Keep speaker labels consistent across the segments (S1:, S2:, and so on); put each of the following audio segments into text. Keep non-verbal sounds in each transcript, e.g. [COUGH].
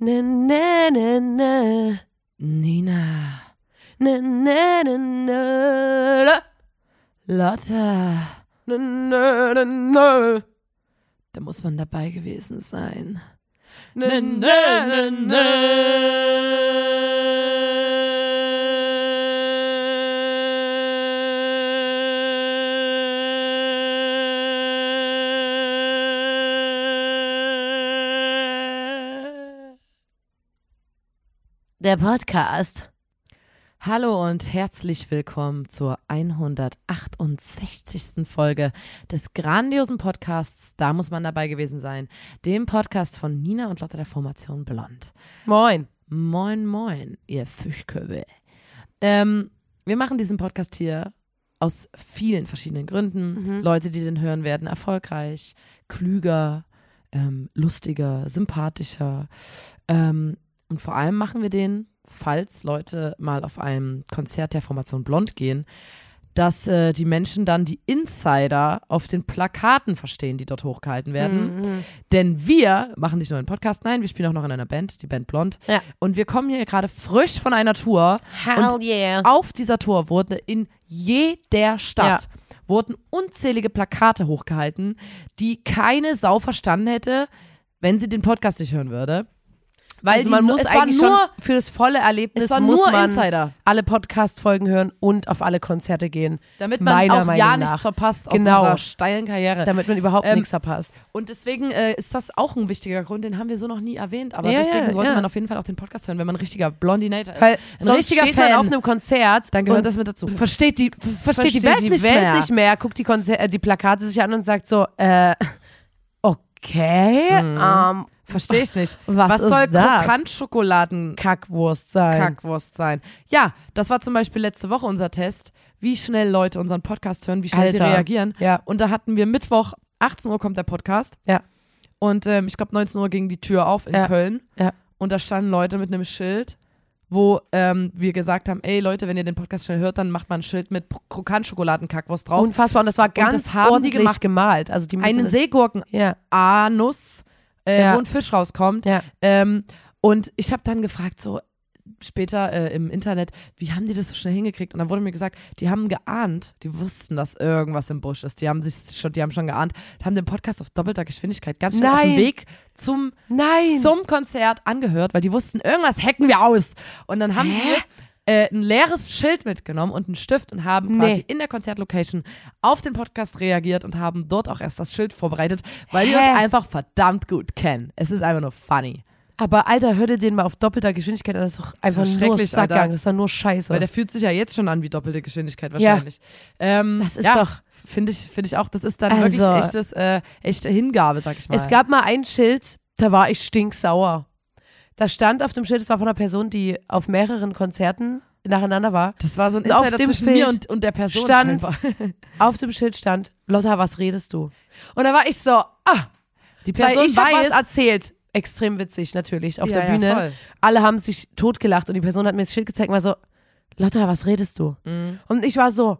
S1: Ne, ne, ne, ne.
S2: Nina.
S1: Ne, ne, ne, ne. la.
S2: Lotta.
S1: Ne, ne, ne, ne.
S2: Da muss man dabei gewesen sein.
S1: Ne, ne, ne, ne. Der Podcast.
S2: Hallo und herzlich willkommen zur 168. Folge des grandiosen Podcasts Da muss man dabei gewesen sein, dem Podcast von Nina und Lotta der Formation Blond.
S1: Moin.
S2: Moin, moin, ihr Fischköbel. Ähm, wir machen diesen Podcast hier aus vielen verschiedenen Gründen.
S1: Mhm.
S2: Leute, die den hören, werden erfolgreich, klüger, ähm, lustiger, sympathischer. Ähm, und vor allem machen wir den, falls Leute mal auf einem Konzert der Formation Blond gehen, dass äh, die Menschen dann die Insider auf den Plakaten verstehen, die dort hochgehalten werden.
S1: Mhm.
S2: Denn wir machen nicht nur einen Podcast, nein, wir spielen auch noch in einer Band, die Band Blond.
S1: Ja.
S2: Und wir kommen hier gerade frisch von einer Tour.
S1: Hell
S2: Und
S1: yeah.
S2: Auf dieser Tour wurde in jeder Stadt wurden unzählige Plakate hochgehalten, die keine Sau verstanden hätte, wenn sie den Podcast nicht hören würde. Weil
S1: also
S2: die
S1: man
S2: nur-
S1: muss
S2: es war
S1: eigentlich
S2: nur,
S1: schon für das volle Erlebnis
S2: es war
S1: muss
S2: nur
S1: man
S2: Insider,
S1: alle Podcast-Folgen hören und auf alle Konzerte gehen,
S2: damit man
S1: meiner
S2: auch ja
S1: Meinung
S2: nichts
S1: nach.
S2: verpasst aus
S1: Genau.
S2: unserer steilen Karriere.
S1: damit man überhaupt
S2: Ähm,
S1: nichts verpasst.
S2: Und deswegen äh, ist das auch ein wichtiger Grund, den haben wir so noch nie erwähnt. Aber
S1: Ja,
S2: deswegen
S1: ja,
S2: sollte
S1: ja.
S2: man auf jeden Fall auch den Podcast hören, wenn man ein richtiger Blondinator ist.
S1: Weil
S2: ein
S1: sonst
S2: richtiger
S1: steht
S2: Fan.
S1: man auf einem Konzert,
S2: dann gehört
S1: und
S2: das mit dazu.
S1: versteht die, versteht die Welt, nicht, mehr. guckt die, Konzer äh, die Plakate sich an und sagt so, äh, [LAUGHS] okay, ähm,
S2: Verstehe ich nicht.
S1: Was ist
S2: soll
S1: das?
S2: Krokantschokoladen
S1: Kackwurst sein.
S2: Kackwurst sein? Ja, das war zum Beispiel letzte Woche unser Test, wie schnell Leute unseren Podcast hören, wie schnell sie
S1: Alter.
S2: reagieren.
S1: Ja.
S2: Und da hatten wir Mittwoch, 18 Uhr kommt der Podcast.
S1: Ja.
S2: Und ähm, ich glaube, 19 Uhr ging die Tür auf in
S1: Ja.
S2: Köln.
S1: Ja.
S2: Und da standen Leute mit einem Schild, wo ähm, wir gesagt haben, ey Leute, wenn ihr den Podcast schnell hört, dann macht man ein Schild mit Krokantschokoladenkackwurst drauf.
S1: Unfassbar. Und das war ganz
S2: das haben die
S1: ordentlich
S2: gemacht.
S1: gemalt. Also die müssen
S2: einen
S1: es-
S2: Seegurken
S1: Ja,
S2: Anus, äh,
S1: Ja.
S2: wo ein Fisch rauskommt.
S1: ja.
S2: Ähm, und ich habe dann gefragt, so später äh, im Internet, wie haben die das so schnell hingekriegt? Und dann wurde mir gesagt, die haben geahnt, die wussten, dass irgendwas im Busch ist. Die haben sich schon, die haben schon geahnt, haben den Podcast auf doppelter Geschwindigkeit ganz schnell auf dem
S1: Nein.
S2: Weg zum,
S1: Nein.
S2: zum Konzert angehört, weil die wussten, irgendwas hacken wir aus. Und dann haben die äh, ein leeres Schild mitgenommen und einen Stift und haben
S1: Nee.
S2: quasi in der Konzertlocation auf den Podcast reagiert und haben dort auch erst das Schild vorbereitet, weil die
S1: Hä?
S2: uns einfach verdammt gut kennen. Es ist einfach nur funny.
S1: Aber Alter, hör dir den mal auf doppelter Geschwindigkeit an. Das ist doch einfach
S2: ist
S1: nur
S2: schrecklich, Alter.
S1: Sackgang. Das ist doch nur
S2: Weil
S1: Scheiße.
S2: der fühlt sich ja jetzt schon an wie doppelte Geschwindigkeit
S1: Ja.
S2: wahrscheinlich. Ähm,
S1: Das ist
S2: ja,
S1: doch-
S2: Finde ich, finde ich auch, das ist dann
S1: Also-
S2: wirklich echtes, äh, echte Hingabe, sag ich mal.
S1: Es gab mal ein Schild, da war ich stinksauer. Da stand auf dem Schild, es war von einer Person, die auf mehreren Konzerten nacheinander war.
S2: das war so ein
S1: Und auf
S2: Insider
S1: dem
S2: zwischen mir
S1: Feld
S2: und, und der Person.
S1: stand-
S2: scheinbar.
S1: Auf dem Schild stand, Lotta, was redest du? Und da war ich so, ah,
S2: Die Person
S1: weil ich habe
S2: weiß,
S1: was erzählt. Extrem witzig, natürlich, auf
S2: Ja,
S1: der
S2: ja,
S1: Bühne.
S2: voll.
S1: Alle haben sich totgelacht und die Person hat mir das Schild gezeigt und war so, Lotta, was redest du?
S2: Mhm.
S1: Und ich war so,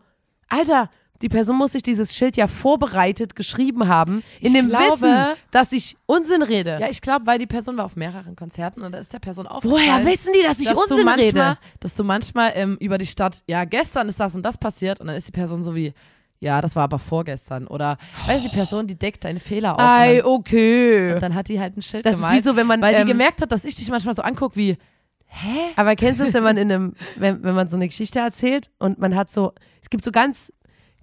S1: Alter, die Person muss sich dieses Schild ja vorbereitet geschrieben haben, in
S2: Ich
S1: dem
S2: glaube-
S1: Wissen, dass ich Unsinn rede.
S2: ja, ich glaube, weil die Person war auf mehreren Konzerten und da ist der Person aufgefallen.
S1: Woher wissen die, dass ich
S2: dass du
S1: Unsinn
S2: manchmal,
S1: rede?
S2: Dass du manchmal ähm, über die Stadt, ja, gestern ist das und das passiert und dann ist die Person so wie, ja, das war aber vorgestern. Oder, weißt du, die Person, die deckt deine Fehler auf.
S1: Ei,
S2: und
S1: okay.
S2: dann, dann hat die halt ein Schild
S1: Das ist
S2: gemalt.
S1: wie so, wenn man.
S2: weil die
S1: ähm,
S2: gemerkt hat, dass ich dich manchmal so angucke wie,
S1: aber kennst du das, wenn man in einem, wenn, wenn man so eine Geschichte erzählt und man hat so, es gibt so ganz,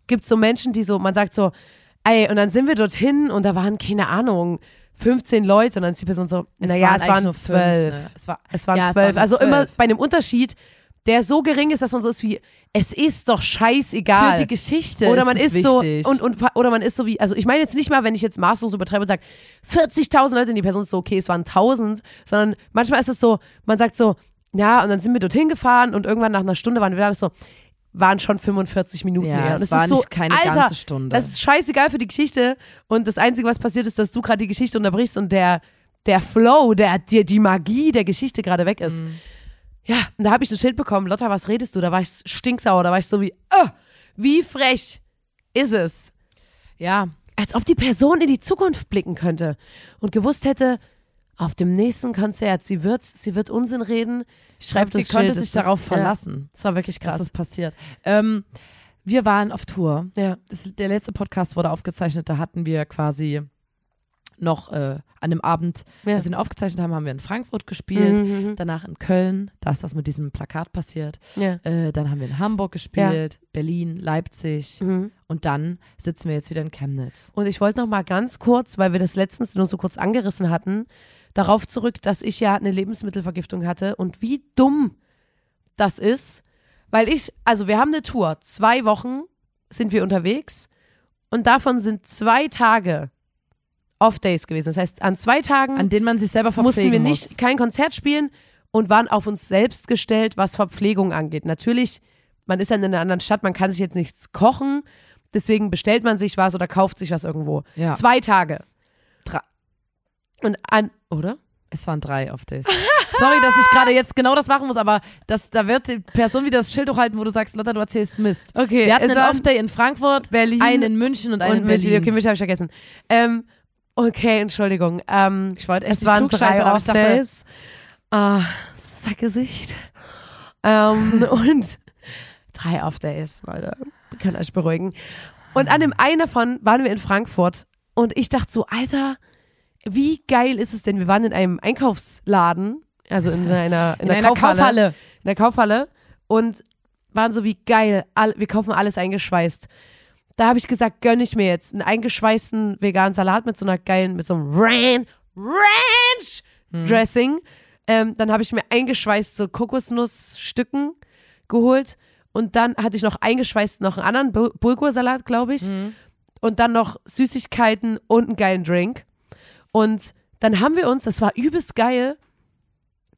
S1: gibt so Menschen, die so, man sagt so, ey, und dann sind wir dorthin und da waren, keine Ahnung, 15 Leute und dann ist die Person so, naja, es
S2: eigentlich
S1: waren
S2: nur fünf,
S1: zwölf.
S2: ne? Es, war,
S1: Es waren
S2: Ja, es
S1: zwölf.
S2: waren
S1: also
S2: zwölf.
S1: immer bei einem Unterschied, der so gering ist, dass man so ist wie, es ist doch scheißegal.
S2: für die Geschichte
S1: oder man
S2: ist,
S1: ist,
S2: es
S1: so
S2: wichtig.
S1: und, und oder man ist so wie also ich meine jetzt nicht mal wenn ich jetzt maßlos übertreibe und sage 40.000 Leute und die Person ist so okay es waren 1000 sondern manchmal ist es so man sagt so ja und dann sind wir dorthin gefahren und irgendwann nach einer Stunde waren wir da das ist so waren schon 45 Minuten
S2: Ja,
S1: her. Und
S2: es
S1: es
S2: war
S1: ist so,
S2: nicht keine
S1: Alter,
S2: ganze Stunde.
S1: Das ist scheißegal für die Geschichte. Und das Einzige, was passiert ist, dass du gerade die Geschichte unterbrichst und der, der Flow, der, die, die Magie der Geschichte gerade weg ist.
S2: Mhm.
S1: Ja, und da habe ich ein Schild bekommen. Lotta, was redest du? Da war ich stinksauer. Da war ich so wie, oh, wie frech ist es?
S2: ja,
S1: Als ob die Person in die Zukunft blicken könnte und gewusst hätte, auf dem nächsten Konzert, sie wird, sie wird Unsinn reden, schreibt
S2: Sie
S1: das
S2: konnte
S1: Schild,
S2: sich
S1: das
S2: darauf
S1: wird-
S2: verlassen,
S1: Ja, das war wirklich
S2: dass
S1: krass.
S2: es passiert. Ähm, wir waren auf Tour.
S1: Ja.
S2: Das, der letzte Podcast wurde aufgezeichnet, da hatten wir quasi noch äh, an dem Abend,
S1: Ja.
S2: als wir ihn aufgezeichnet haben, haben wir in Frankfurt gespielt,
S1: Mhm,
S2: danach in Köln, da ist das mit diesem Plakat passiert.
S1: mhm. ja.
S2: Äh, dann haben wir in Hamburg gespielt, Berlin, Leipzig
S1: Mhm.
S2: und dann sitzen wir jetzt wieder in Chemnitz.
S1: Und ich wollte noch mal ganz kurz, weil wir das letztens nur so kurz angerissen hatten, darauf zurück, dass ich ja eine Lebensmittelvergiftung hatte und wie dumm das ist, weil ich, also wir haben eine Tour, zwei Wochen sind wir unterwegs und davon sind zwei Tage Off-Days gewesen. Das heißt, an zwei Tagen
S2: An denen man sich selber
S1: mussten
S2: verpflegen
S1: wir
S2: muss.
S1: nicht kein Konzert spielen und waren auf uns selbst gestellt, was Verpflegung angeht. Natürlich, man ist ja in einer anderen Stadt, man kann sich jetzt nichts kochen, deswegen bestellt man sich was oder kauft sich was irgendwo.
S2: Ja.
S1: Zwei Tage.
S2: Dra-
S1: Und an, oder?
S2: Es waren drei auf Days. Sorry, dass ich gerade jetzt genau das machen muss, aber das, da wird die Person wieder das Schild hochhalten, wo du sagst, Lotta, du erzählst Mist.
S1: Okay,
S2: Wir hatten
S1: es
S2: einen
S1: waren
S2: Off-Day in Frankfurt,
S1: Berlin
S2: einen in München und einen
S1: und
S2: in
S1: München.
S2: Berlin.
S1: Okay, München habe ich vergessen. Ähm, okay, Entschuldigung. Ähm,
S2: Ich wollte echt
S1: es waren
S2: nicht klugscheißen,
S1: drei
S2: aber ich dachte,
S1: Off-Days. Ah, Sackgesicht. [LAUGHS] Ähm, und drei Off-Days, Leute. Ich kann euch beruhigen. Und an dem einen davon waren wir in Frankfurt und ich dachte so, Alter, wie geil ist es denn? Wir waren in einem Einkaufsladen, also in einer, in
S2: in
S1: einer
S2: einer
S1: Kaufhalle,
S2: Kaufhalle.
S1: In der Kaufhalle und waren so wie geil, all, wir kaufen alles eingeschweißt. Da habe ich gesagt, gönn ich mir jetzt einen eingeschweißten veganen Salat mit so einer geilen, mit so einem Ran Ranch
S2: Hm.
S1: Dressing. Ähm, dann habe ich mir eingeschweißt so Kokosnussstücken geholt und dann hatte ich noch eingeschweißt noch einen anderen Bu- Bulgursalat, glaube ich.
S2: Hm.
S1: Und dann noch Süßigkeiten und einen geilen Drink. Und dann haben wir uns, das war übelst geil,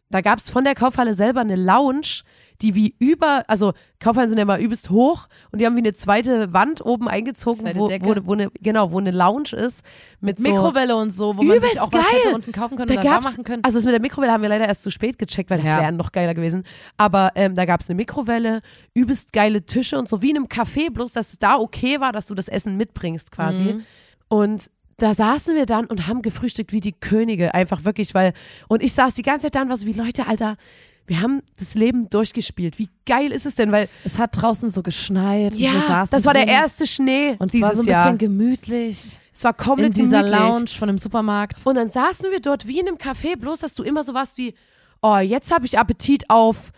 S1: da gab es von der Kaufhalle selber eine Lounge, die wie über, also Kaufhallen sind ja mal übelst hoch und die haben wie eine zweite Wand oben eingezogen,
S2: Zweite
S1: wo,
S2: Decke.
S1: wo, wo eine, genau, wo eine Lounge ist mit so
S2: Mikrowelle und so, wo man sich
S1: Übelst
S2: auch was
S1: geil.
S2: hätte unten kaufen können
S1: da
S2: und dann warm
S1: gab's,
S2: machen können.
S1: Also das mit der Mikrowelle haben wir leider erst zu spät gecheckt, weil das
S2: Ja.
S1: wäre noch geiler gewesen. Aber ähm, da gab es eine Mikrowelle, übelst geile Tische und so wie in einem Café, bloß dass es da okay war, dass du das Essen mitbringst quasi. Und da saßen wir dann und haben gefrühstückt wie die Könige, einfach wirklich, weil, und ich saß die ganze Zeit da und war so wie, Leute, Alter, wir haben das Leben durchgespielt. Wie geil ist es denn? Weil,
S2: es hat draußen so geschneit. und wir
S1: ja,
S2: saßen
S1: das war der
S2: drin
S1: erste Schnee
S2: Und es
S1: dieses
S2: war so ein
S1: Jahr.
S2: bisschen gemütlich.
S1: Es war
S2: In
S1: komplett
S2: dieser
S1: gemütlich.
S2: Lounge von dem Supermarkt.
S1: Und dann saßen wir dort wie in einem Café, bloß dass du immer so warst wie, oh, jetzt habe ich Appetit auf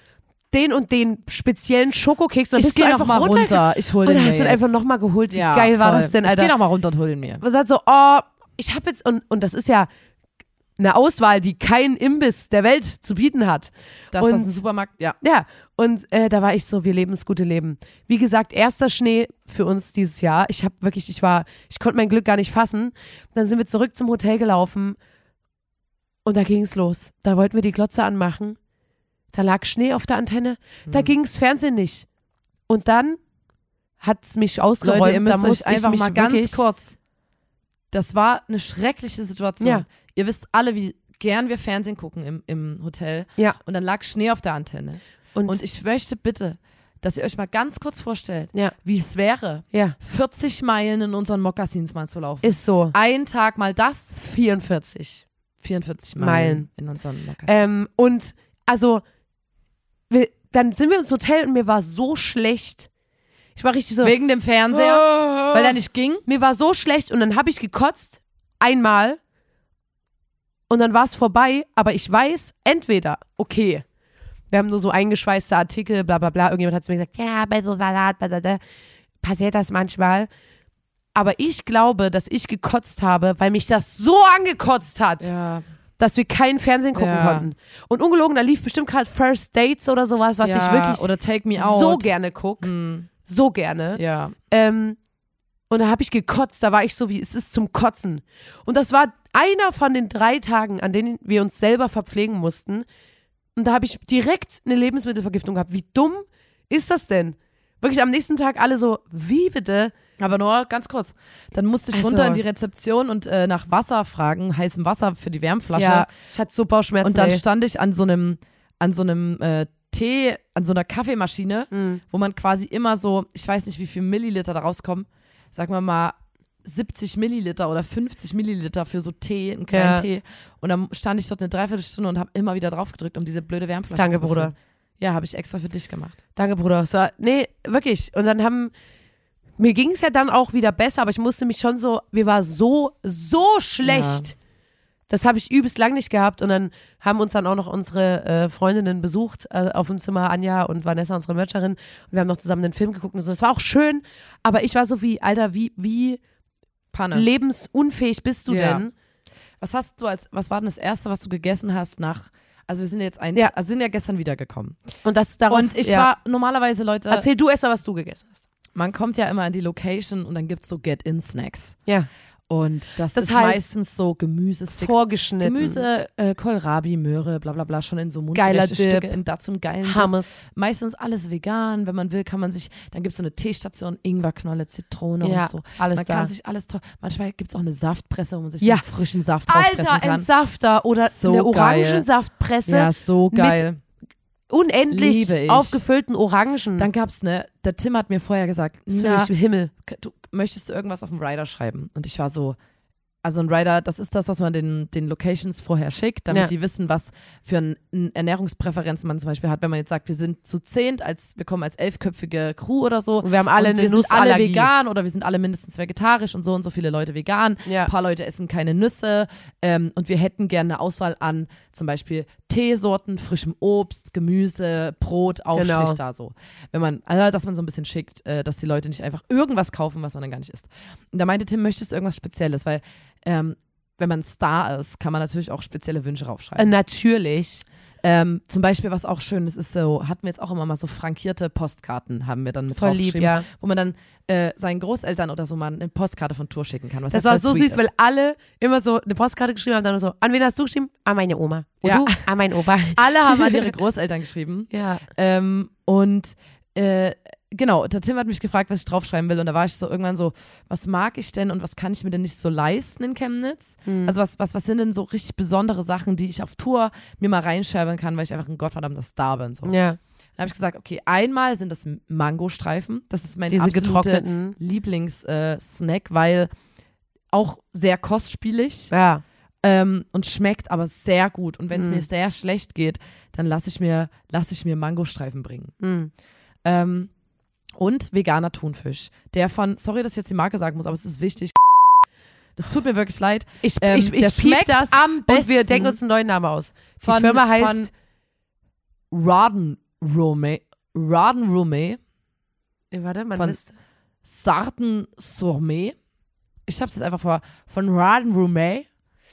S1: den und den speziellen Schokokeks. Und dann
S2: ich
S1: bist du
S2: gehe noch
S1: einfach
S2: mal runter. Ich hole
S1: Und
S2: den
S1: dann
S2: mir
S1: hast du
S2: jetzt.
S1: ihn einfach nochmal geholt. Wie
S2: ja,
S1: geil war
S2: voll.
S1: das denn,
S2: Ich
S1: Alter?
S2: gehe noch mal runter und hol ihn mir.
S1: Und dann so, oh, ich habe jetzt, und, und das ist ja eine Auswahl, die kein Imbiss der Welt zu bieten hat.
S2: Das,
S1: und
S2: was ein Supermarkt, ja.
S1: ja, und äh, da war ich so, wir leben das gute Leben. Wie gesagt, erster Schnee für uns dieses Jahr. Ich habe wirklich, ich war, ich konnte mein Glück gar nicht fassen. Dann sind wir zurück zum Hotel gelaufen und da ging es los. Da wollten wir die Glotze anmachen. Da lag Schnee auf der Antenne.
S2: Hm.
S1: Da ging das Fernsehen nicht. Und dann hat's mich ausgeräumt.
S2: Leute, ihr
S1: da
S2: müsst
S1: musste
S2: euch einfach
S1: ich mich
S2: mal ganz
S1: wirklich-
S2: kurz. Das war eine schreckliche Situation.
S1: Ja.
S2: Ihr wisst alle, wie gern wir Fernsehen gucken im, im Hotel.
S1: Ja.
S2: Und dann lag Schnee auf der Antenne.
S1: Und,
S2: Und ich möchte bitte, dass ihr euch mal ganz kurz vorstellt,
S1: ja,
S2: wie es wäre,
S1: ja,
S2: 40 Meilen in unseren Mokassins mal zu laufen.
S1: ist so.
S2: Ein Tag mal das,
S1: 44.
S2: 44 Meilen,
S1: Meilen.
S2: in unseren Mokassins.
S1: Ähm, und also, wir, dann sind wir ins Hotel und mir war so schlecht. Ich war richtig so. Oh.
S2: Wegen dem Fernseher, weil der nicht ging.
S1: mir war so schlecht und dann habe ich gekotzt. Einmal. Und dann war es vorbei. Aber ich weiß, entweder, okay, wir haben nur so eingeschweißte Artikel, bla bla bla. Irgendjemand hat zu mir gesagt, ja, bei so Salat, bla, bla, bla, passiert das manchmal. Aber ich glaube, dass ich gekotzt habe, weil mich das so angekotzt hat
S2: Ja.
S1: dass wir kein Fernsehen gucken
S2: Ja.
S1: konnten. Und ungelogen, da lief bestimmt gerade First Dates oder sowas, was
S2: ja,
S1: ich wirklich
S2: Oder Take Me Out.
S1: so gerne gucke.
S2: Mhm.
S1: So gerne.
S2: Ja.
S1: Ähm, und da habe ich gekotzt, da war ich so wie, es ist zum Kotzen. Und das war einer von den drei Tagen, an denen wir uns selber verpflegen mussten. Und da habe ich direkt eine Lebensmittelvergiftung gehabt. Wie dumm ist das denn? Wirklich am nächsten Tag alle so, wie bitte?
S2: Aber nur ganz kurz. Dann musste ich
S1: Also-
S2: runter in die Rezeption und äh, nach Wasser fragen, heißem Wasser für die Wärmflasche.
S1: Ja, ich hatte so Bauchschmerzen.
S2: und dann
S1: ey.
S2: stand ich an so einem, an so einem äh, Tee, an so einer
S1: Mm.
S2: Kaffeemaschine, wo man quasi immer so, ich weiß nicht, wie viel Milliliter da rauskommen, sagen wir mal 70 Milliliter oder 50 Milliliter für so Tee, einen kleinen
S1: Ja.
S2: Tee. Und dann stand ich dort eine Dreiviertelstunde und habe immer wieder drauf gedrückt, um diese blöde Wärmflasche
S1: Danke,
S2: zu befüllen.
S1: Bruder.
S2: Ja, habe ich extra für dich gemacht.
S1: Danke, Bruder. So, nee, wirklich. Und dann haben. Mir ging es ja dann auch wieder besser, aber ich musste mich schon so. Mir war so, so schlecht. Das habe ich übelst lang nicht gehabt. Und dann haben uns dann auch noch unsere äh, Freundinnen besucht äh, auf dem Zimmer, Anja und Vanessa, unsere Mercherin. Und wir haben noch zusammen den Film geguckt und so. Das war auch schön, aber ich war so wie, Alter, wie, wie
S2: Panne.
S1: lebensunfähig bist du
S2: Ja.
S1: denn?
S2: was hast du als, was war denn das Erste, was du gegessen hast nach, also wir sind jetzt ein,
S1: Ja.
S2: also sind ja gestern wiedergekommen.
S1: Und das darauf.
S2: Und ich
S1: ja.
S2: war äh, normalerweise, Leute,
S1: Erzähl du erst mal, was du gegessen hast.
S2: man kommt ja immer in die Location und dann gibt's so Get-In-Snacks.
S1: Ja.
S2: Und das,
S1: Das
S2: ist
S1: heißt,
S2: meistens so Gemüsesticks.
S1: Vorgeschnitten.
S2: Gemüse, äh, Kohlrabi, Möhre, bla bla bla, schon in so
S1: Geiler
S2: mundgerechte
S1: Dip.
S2: Stücke, und dazu einen geilen Dip.
S1: Hummus.
S2: Meistens alles vegan, wenn man will, kann man sich, dann gibt's so eine Teestation, Ingwerknolle, Zitrone
S1: Ja,
S2: und so.
S1: alles
S2: man
S1: da.
S2: kann sich alles toll, manchmal gibt's auch eine Saftpresse, wo man sich
S1: Ja.
S2: so frischen Saft
S1: Alter,
S2: rauspressen
S1: ein
S2: kann.
S1: Safter oder
S2: So
S1: eine
S2: geil.
S1: Orangensaftpresse.
S2: Ja, so
S1: mit
S2: geil.
S1: unendlich
S2: Liebe ich.
S1: aufgefüllten Orangen.
S2: Dann gab's ne, der Tim hat mir vorher gesagt, na,
S1: Ziemlich im Himmel.
S2: k- du möchtest du irgendwas auf dem Rider schreiben? Und ich war so, also ein Rider, das ist das, was man den, den Locations vorher schickt, damit
S1: Ja.
S2: die wissen, was für ein, ein Ernährungspräferenz man zum Beispiel hat. Wenn man jetzt sagt, wir sind zu zehnt, als wir kommen als elfköpfige Crew oder so.
S1: Und wir haben alle
S2: und
S1: eine
S2: wir sind alle
S1: Nussallergie.
S2: vegan oder wir sind alle mindestens vegetarisch und so und so viele Leute vegan.
S1: Ja.
S2: Ein paar Leute essen keine Nüsse ähm, und wir hätten gerne eine Auswahl an zum Beispiel Teesorten, frischem Obst, Gemüse, Brot, Aufstrich
S1: Genau.
S2: da so. Wenn man, also, dass man so ein bisschen schickt, äh, dass die Leute nicht einfach irgendwas kaufen, was man dann gar nicht isst. Und da meinte Tim, möchtest du irgendwas Spezielles? Weil ähm, wenn man Star ist, kann man natürlich auch spezielle Wünsche
S1: Äh,
S2: raufschreiben.
S1: natürlich.
S2: Ähm, zum Beispiel, was auch schön ist, ist so, hatten wir jetzt auch immer mal so frankierte Postkarten, haben wir dann mit
S1: Voll lieb,
S2: draufgeschrieben,
S1: ja.
S2: wo man dann äh, seinen Großeltern oder so mal eine Postkarte von Tour schicken kann. Was
S1: Das
S2: ja
S1: war
S2: voll
S1: so
S2: sweet
S1: süß,
S2: ist.
S1: weil alle immer so eine Postkarte geschrieben haben, dann so, an wen hast du geschrieben? An meine Oma. Und
S2: Ja.
S1: du? An meinen Opa.
S2: alle haben an [LAUGHS] ihre Großeltern geschrieben.
S1: Ja.
S2: Ähm, und äh, genau, der Tim hat mich gefragt, was ich draufschreiben will. Und da war ich so irgendwann so, was mag ich denn und was kann ich mir denn nicht so leisten in Chemnitz? Also was, was, was sind denn so richtig besondere Sachen, die ich auf Tour mir mal reinschreiben kann, weil ich einfach ein gottverdammter Star bin. So.
S1: Ja.
S2: Dann habe ich gesagt, okay, einmal sind das Mangostreifen. Das ist mein
S1: Diese
S2: absoluter
S1: getrockneten.
S2: Lieblingssnack, weil auch sehr kostspielig
S1: Ja.
S2: ähm, und schmeckt aber sehr gut. Und wenn es
S1: Mhm.
S2: mir sehr schlecht geht, dann lasse ich mir, lasse ich mir Mangostreifen bringen.
S1: Mhm.
S2: Ähm, und veganer Thunfisch. Der von, sorry, dass ich jetzt die Marke sagen muss, aber es ist wichtig. Das tut mir wirklich leid.
S1: Ich,
S2: Ähm,
S1: ich,
S2: der
S1: ich piep
S2: schmeckt
S1: das
S2: am besten.
S1: und wir denken uns einen neuen Namen aus. Die
S2: Von-
S1: Firma heißt,
S2: Roden Rome, Roden Rome,
S1: Nee, warte, man
S2: von-
S1: wüsste.
S2: Sarten Sourmet. Ich hab's jetzt einfach vor. Von Roden Rome.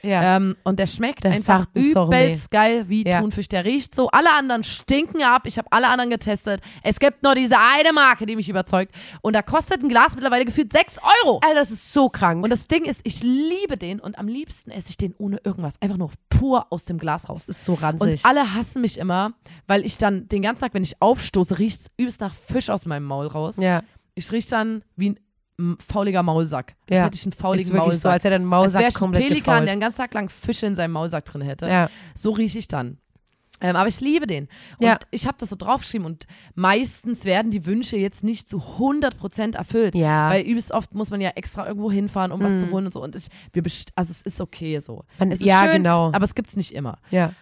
S1: Ja.
S2: Ähm, und der schmeckt
S1: Der
S2: einfach
S1: Sarten-Sourmet.
S2: übelst geil wie
S1: Ja.
S2: Thunfisch. Der riecht so. Alle anderen stinken ab. Ich habe alle anderen getestet. Es gibt nur diese eine Marke, die mich überzeugt. Und da kostet ein Glas mittlerweile gefühlt 6 Euro.
S1: Alter, das ist so krank.
S2: Und das Ding ist, ich liebe den und am liebsten esse ich den ohne irgendwas. Einfach nur pur aus dem Glas raus.
S1: ist so ranzig.
S2: Und alle hassen mich immer, weil ich dann den ganzen Tag, wenn ich aufstoße, riecht es übelst nach Fisch aus meinem Maul raus.
S1: ja.
S2: Ich rieche dann wie ein mm, fauliger Maulsack. Als
S1: Ja.
S2: hätte ich einen
S1: Ist
S2: fauligen
S1: wirklich
S2: Maulsack.
S1: so, als hätte er den
S2: Als wär
S1: Maulsack
S2: ich ein
S1: komplett
S2: Pelikan, der
S1: gefault.
S2: den ganzen Tag lang Fische in seinem Maulsack drin hätte.
S1: Ja.
S2: So rieche ich dann. Ähm, aber ich liebe den. Und
S1: Ja.
S2: ich habe das so draufgeschrieben und meistens werden die Wünsche jetzt nicht zu 100% erfüllt.
S1: Ja. Mhm.
S2: Weil übelst oft muss man ja extra irgendwo hinfahren, um was zu holen und so. Und ich, wir best also es ist okay so.
S1: Man-
S2: es ist
S1: ja,
S2: schön,
S1: genau.
S2: Aber es gibt's nicht immer.
S1: Ja.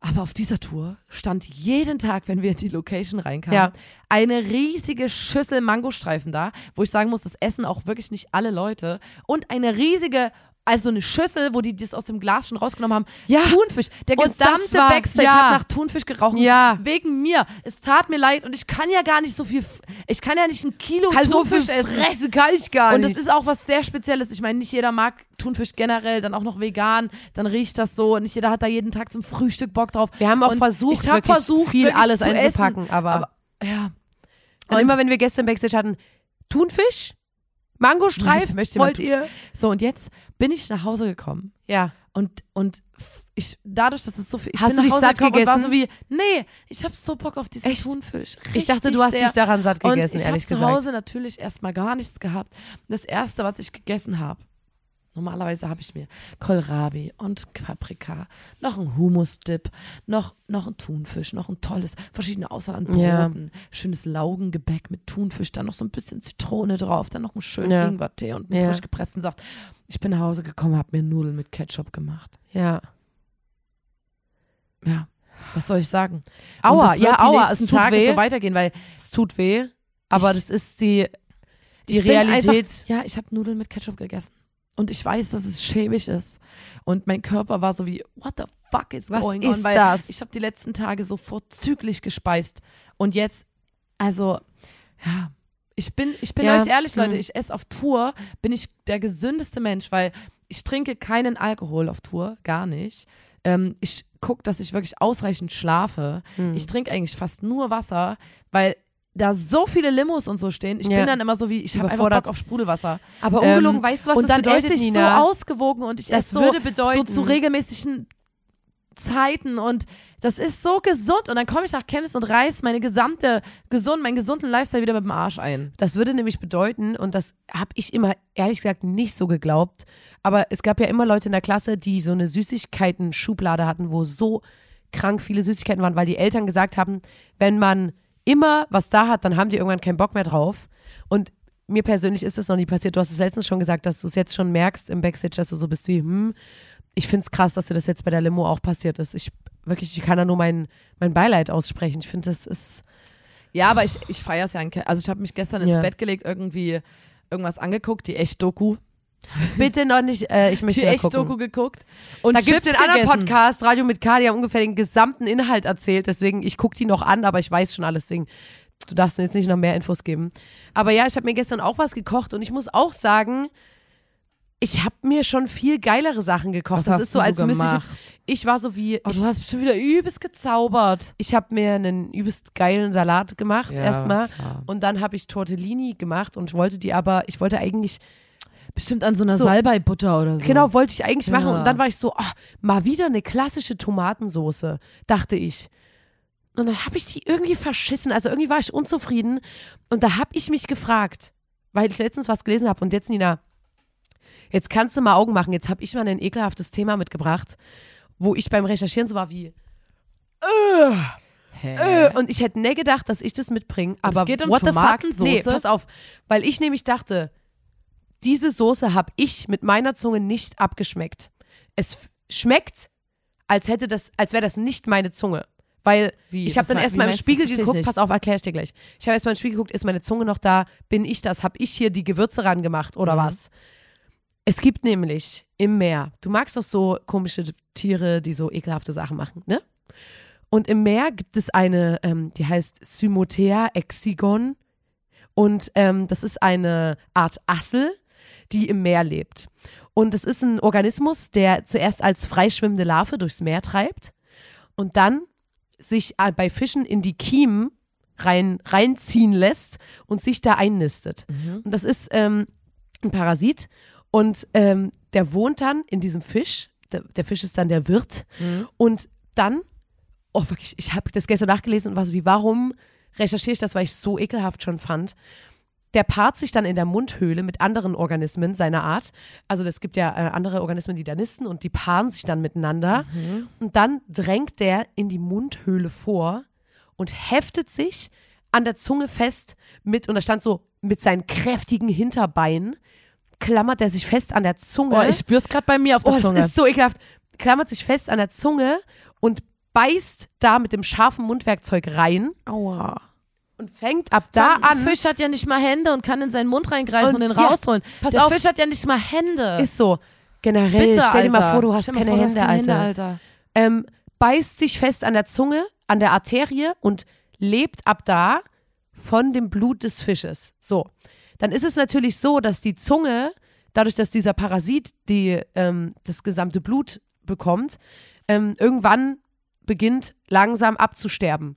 S2: Aber auf dieser Tour stand jeden Tag, wenn wir in die Location reinkamen,
S1: Ja.
S2: eine riesige Schüssel Mangostreifen da, wo ich sagen muss, das essen auch wirklich nicht alle Leute. Und eine riesige, also eine Schüssel, wo die das aus dem Glas schon rausgenommen haben.
S1: Ja.
S2: Thunfisch. Der
S1: Und das
S2: gesamte
S1: war-
S2: Backstage
S1: ja.
S2: hat nach Thunfisch gerochen.
S1: Ja.
S2: Wegen mir. Es tat mir leid und ich kann ja gar nicht so viel, f- ich kann ja nicht ein Kilo Thunfisch essen.
S1: Fresse kann ich gar
S2: Und das ist auch was sehr Spezielles. Ich meine, nicht jeder mag Thunfisch generell, dann auch noch vegan, dann riecht das so. Nicht jeder hat da jeden Tag zum Frühstück Bock drauf.
S1: wir haben auch
S2: Und
S1: versucht,
S2: ich hab
S1: wirklich
S2: versucht,
S1: viel
S2: wirklich
S1: alles
S2: zu
S1: einzupacken,
S2: essen.
S1: aber,
S2: Aber- Ja.
S1: und immer wenn wir gestern Backstage hatten, Thunfisch, Mangostreif,
S2: Ich [LAUGHS] möchte jemand
S1: wollt ihr?
S2: So, und jetzt bin ich nach Hause gekommen
S1: Ja.
S2: und, und f- ich, dadurch, dass es so viel. Ich bin
S1: Hast du
S2: nach
S1: dich
S2: Hause
S1: satt
S2: gekommen Und war so
S1: gegessen?
S2: wie, nee, ich habe so Bock auf diesen
S1: Echt?
S2: Thunfisch.
S1: Ich dachte,
S2: Richtig
S1: du hast
S2: sehr.
S1: dich daran satt
S2: Und
S1: gegessen,
S2: ich hab
S1: ehrlich
S2: zu
S1: gesagt.
S2: Hause natürlich erstmal gar nichts gehabt. Das erste, was ich gegessen habe, Normalerweise habe ich mir Kohlrabi und Paprika, noch einen Humusdip, noch, noch einen Thunfisch, noch ein tolles, verschiedene Auswahl an Broten,
S1: Ja.
S2: schönes Laugengebäck mit Thunfisch, dann noch so ein bisschen Zitrone drauf, dann noch einen schönen
S1: Ja.
S2: Ingwertee und einen
S1: Ja.
S2: frisch gepressten Saft. Ich bin nach Hause gekommen, habe mir Nudeln mit Ketchup gemacht.
S1: Ja.
S2: Ja, was soll ich sagen? Und
S1: Aua,
S2: das wird
S1: ja,
S2: die
S1: aua, es
S2: nächsten
S1: tut
S2: Tage
S1: weh.
S2: so weitergehen, weil
S1: es tut weh, aber
S2: Ich-
S1: das ist die, die
S2: ich bin
S1: Realität.
S2: Einfach, ja, ich habe Nudeln mit Ketchup gegessen. Und ich weiß, dass es schäbig ist. Und mein Körper war so wie, what the fuck is
S1: Was
S2: going
S1: ist
S2: on? Weil
S1: das?
S2: ich habe die letzten Tage so vorzüglich gespeist. Und jetzt, also, ja, ich bin, ich bin
S1: Ja,
S2: euch ehrlich, Leute,
S1: hm.
S2: ich esse auf Tour, bin ich der gesündeste Mensch, weil ich trinke keinen Alkohol auf Tour, gar nicht. Ähm, ich gucke, dass ich wirklich ausreichend schlafe.
S1: Mhm.
S2: Ich trinke eigentlich fast nur Wasser, weil da so viele Limos und so stehen. Ich
S1: Ja.
S2: bin dann immer so wie, ich habe einfach
S1: Überfordert.
S2: Bock auf Sprudelwasser.
S1: aber ungelogen,
S2: Ähm,
S1: weißt du, was
S2: und
S1: das
S2: dann
S1: bedeutet,
S2: esse ich
S1: Nina?
S2: so ausgewogen und ich
S1: Das
S2: esse so,
S1: würde bedeuten-
S2: so zu regelmäßigen Zeiten und das ist so gesund. Und dann komme ich nach Chemnitz und reiß meine gesamte, gesund, meinen gesunden Lifestyle wieder mit dem Arsch ein.
S1: Das würde nämlich bedeuten, und das habe ich immer ehrlich gesagt nicht so geglaubt, aber es gab ja immer Leute in der Klasse, die so eine Süßigkeiten-Schublade hatten, wo so krank viele Süßigkeiten waren, weil die Eltern gesagt haben, wenn man immer was da hat, dann haben die irgendwann keinen Bock mehr drauf. Und mir persönlich ist das noch nie passiert. Du hast es letztens schon gesagt, dass du es jetzt schon merkst im Backstage, dass du so bist wie, hm, ich finde es krass, dass dir das jetzt bei der Limo auch passiert ist. Ich wirklich, ich kann da nur mein, mein Beileid aussprechen. Ich finde, das
S2: [LAUGHS]
S1: ist.
S2: Ja, aber ich, ich feiere es ja. in Ke- Also ich habe mich gestern ins
S1: Ja.
S2: Bett gelegt, irgendwie irgendwas angeguckt, die Echt-Doku.
S1: Bitte noch nicht, äh, ich möchte
S2: Die
S1: ja gucken.
S2: Echt-Doku geguckt. Und
S1: Da gibt es
S2: Chips
S1: den anderen
S2: gegessen.
S1: Podcast, Radio mit K, die haben ungefähr den gesamten Inhalt erzählt. Deswegen, ich gucke die noch an, aber ich weiß schon alles. Deswegen, du darfst mir jetzt nicht noch mehr Infos geben. Aber ja, ich habe mir gestern auch was gekocht und ich muss auch sagen, ich habe mir schon viel geilere Sachen gekocht.
S2: Was
S1: das
S2: hast
S1: ist so,
S2: denn du
S1: als müsste ich jetzt.
S2: gemacht?
S1: Ich war so wie.
S2: Oh,
S1: ich
S2: du hast schon wieder übelst gezaubert.
S1: ich habe mir einen übelst geilen Salat gemacht,
S2: Ja,
S1: erstmal.
S2: klar.
S1: Und dann habe ich Tortellini gemacht und wollte die aber, ich wollte eigentlich
S2: Bestimmt an so einer
S1: So.
S2: Salbeibutter oder so.
S1: Genau, wollte ich eigentlich machen.
S2: Ja.
S1: Und dann war ich so, ah, mal wieder eine klassische Tomatensoße, dachte ich. Und dann habe ich die irgendwie verschissen. Also irgendwie war ich unzufrieden. Und da habe ich mich gefragt, weil ich letztens was gelesen habe. Und jetzt, Nina, jetzt kannst du mal Augen machen. Jetzt habe ich mal ein ekelhaftes Thema mitgebracht, wo ich beim Recherchieren so war wie,
S2: Hä?
S1: äh, und ich hätte nie gedacht, dass ich das mitbringe. Aber
S2: geht um
S1: what the fuck?
S2: Tomatensoße?
S1: Nee, pass auf. Weil ich nämlich dachte, diese Soße habe ich mit meiner Zunge nicht abgeschmeckt. Es f- schmeckt, als hätte das, als wäre das nicht meine Zunge. Weil
S2: Wie?
S1: ich habe
S2: Was
S1: dann
S2: me- wie
S1: erstmal im
S2: meinst du? Das
S1: Spiegel
S2: versteh ich
S1: geguckt,
S2: nicht.
S1: pass auf, erkläre ich dir gleich. Ich habe erstmal im Spiegel geguckt, ist meine Zunge noch da? Bin ich das? Habe ich hier die Gewürze ran gemacht oder
S2: Mhm.
S1: was? Es gibt nämlich im Meer, du magst doch so komische Tiere, die so ekelhafte Sachen machen, ne? Und im Meer gibt es eine, ähm, die heißt Symothea exigon. Und ähm, das ist eine Art Assel, die im Meer lebt. Und es ist ein Organismus, der zuerst als freischwimmende Larve durchs Meer treibt und dann sich äh, bei Fischen in die Kiemen rein, reinziehen lässt und sich da einnistet.
S2: Mhm.
S1: Und das ist ähm, ein Parasit und ähm, der wohnt dann in diesem Fisch. Der, der Fisch ist dann der Wirt. Und dann, oh wirklich, ich habe das gestern nachgelesen und war so wie, warum recherchiere ich das, weil ich es so ekelhaft schon fand. Der paart sich dann in der Mundhöhle mit anderen Organismen seiner Art. Also es gibt ja äh, andere Organismen, die da nisten und die paaren sich dann miteinander.
S2: Mhm.
S1: Und dann drängt der in die Mundhöhle vor und heftet sich an der Zunge fest mit, und da stand so, mit seinen kräftigen Hinterbeinen, klammert er sich fest an der Zunge.
S2: Oh, ich spür's gerade bei mir auf der
S1: Oh, das
S2: Zunge.
S1: ist so ekelhaft. Klammert sich fest an der Zunge und beißt da mit dem scharfen Mundwerkzeug rein
S2: aua.
S1: und fängt ab da
S2: ein
S1: an.
S2: Fisch hat ja nicht mal Hände und kann in seinen Mund reingreifen und,
S1: Und-
S2: den
S1: ja,
S2: rausholen.
S1: pass
S2: der
S1: auf.
S2: Fisch hat ja nicht mal Hände.
S1: Ist so. Generell,
S2: Bitte,
S1: stell dir mal
S2: Alter.
S1: vor, du hast
S2: Stell dir mal
S1: keine
S2: vor, du
S1: Hände,
S2: keine
S1: Alter.
S2: Alter.
S1: Ähm, beißt sich fest an der Zunge, an der Arterie und lebt ab da von dem Blut des Fisches. So. Dann ist es natürlich so, dass die Zunge, dadurch, dass dieser Parasit die, ähm, das gesamte Blut bekommt, ähm, irgendwann beginnt langsam abzusterben.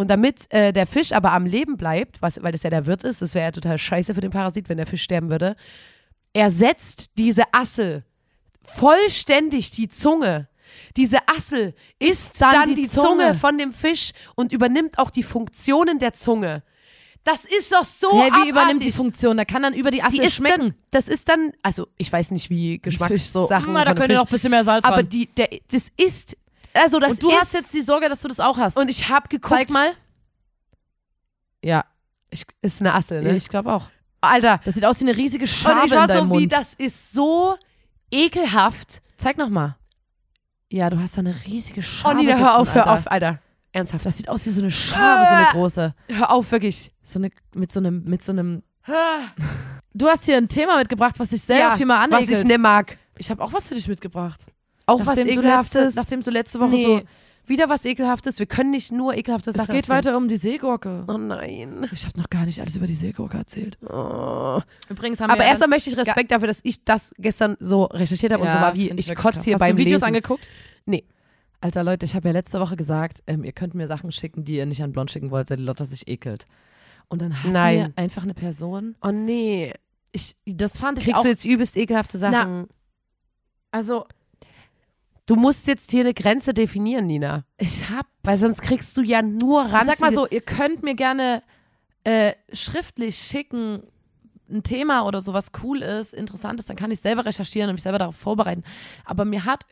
S1: Und damit äh, der Fisch aber am Leben bleibt, was, weil das ja der Wirt ist, das wäre ja total scheiße für den Parasit, wenn der Fisch sterben würde, ersetzt diese Assel vollständig die Zunge. Diese Assel ist dann, die, Zunge. von dem Fisch und übernimmt auch die Funktionen der Zunge. Das ist doch so
S2: Hä, wie
S1: abartig.
S2: übernimmt die Funktion? Da kann dann über die Asse
S1: Die ist
S2: schmecken.
S1: Dann, das ist dann, also ich weiß nicht, wie Geschmackssachen
S2: Na, da
S1: von
S2: könnt ihr
S1: Fisch,
S2: noch ein bisschen mehr Salz
S1: aber
S2: ran.
S1: die, der, das ist, also das
S2: Und du
S1: ist,
S2: hast jetzt die Sorge, dass du das auch hast.
S1: und ich habe geguckt,
S2: Zeig mal. Ja,
S1: ist eine Asse, ne?
S2: ich glaube auch.
S1: Alter,
S2: Das sieht aus wie eine riesige
S1: und
S2: Schabe
S1: ich
S2: in
S1: war
S2: deinem
S1: so, wie,
S2: Mund.
S1: das ist so ekelhaft.
S2: Zeig noch mal. Ja, du hast da eine riesige Schabe.
S1: Onni,
S2: sitzen,
S1: Oh, hör auf, hör
S2: Alter.
S1: auf, Alter. Ernsthaft.
S2: Das sieht aus wie so eine Schabe, so eine
S1: Äh.
S2: große.
S1: hör auf, wirklich.
S2: So eine, mit so einem, mit so einem.
S1: Ah,
S2: Du hast hier ein Thema mitgebracht, was dich selber
S1: Ja,
S2: viel mal
S1: Was
S2: anregelt.
S1: ich nicht mag.
S2: ich habe auch was für dich mitgebracht.
S1: Auch was
S2: du letzte,
S1: Ekelhaftes.
S2: nachdem du letzte Woche
S1: nee.
S2: so.
S1: Wieder was Ekelhaftes. Wir können nicht nur ekelhafte
S2: Es
S1: Sachen
S2: geht
S1: erzählen.
S2: weiter um die Seegurke.
S1: Oh nein.
S2: Ich habe noch gar nicht alles über die Seegurke erzählt.
S1: Oh.
S2: Übrigens haben
S1: Aber
S2: wir
S1: erstmal möchte ich Respekt dafür, dass ich das gestern so recherchiert habe und so war, wie ich, kotze hier
S2: Hast
S1: beim
S2: du Videos
S1: Lesen.
S2: angeguckt?
S1: Nee.
S2: Alter Leute, ich habe ja letzte Woche gesagt, ähm, ihr könnt mir Sachen schicken, die ihr nicht an Blond schicken wollt, weil die Lotta sich ekelt. Und dann hat
S1: Nein.
S2: mir einfach eine Person,
S1: oh nee.
S2: ich, das fand ich
S1: Kriegst
S2: auch,
S1: du jetzt übelst ekelhafte Sachen?
S2: also
S1: Du musst jetzt hier eine Grenze definieren, Nina.
S2: ich habe,
S1: Weil sonst kriegst du ja nur ran.
S2: sag mal so, ihr könnt mir gerne äh, schriftlich schicken, ein Thema oder so, was cool ist, interessant ist, dann kann ich selber recherchieren und mich selber darauf vorbereiten. Aber mir hat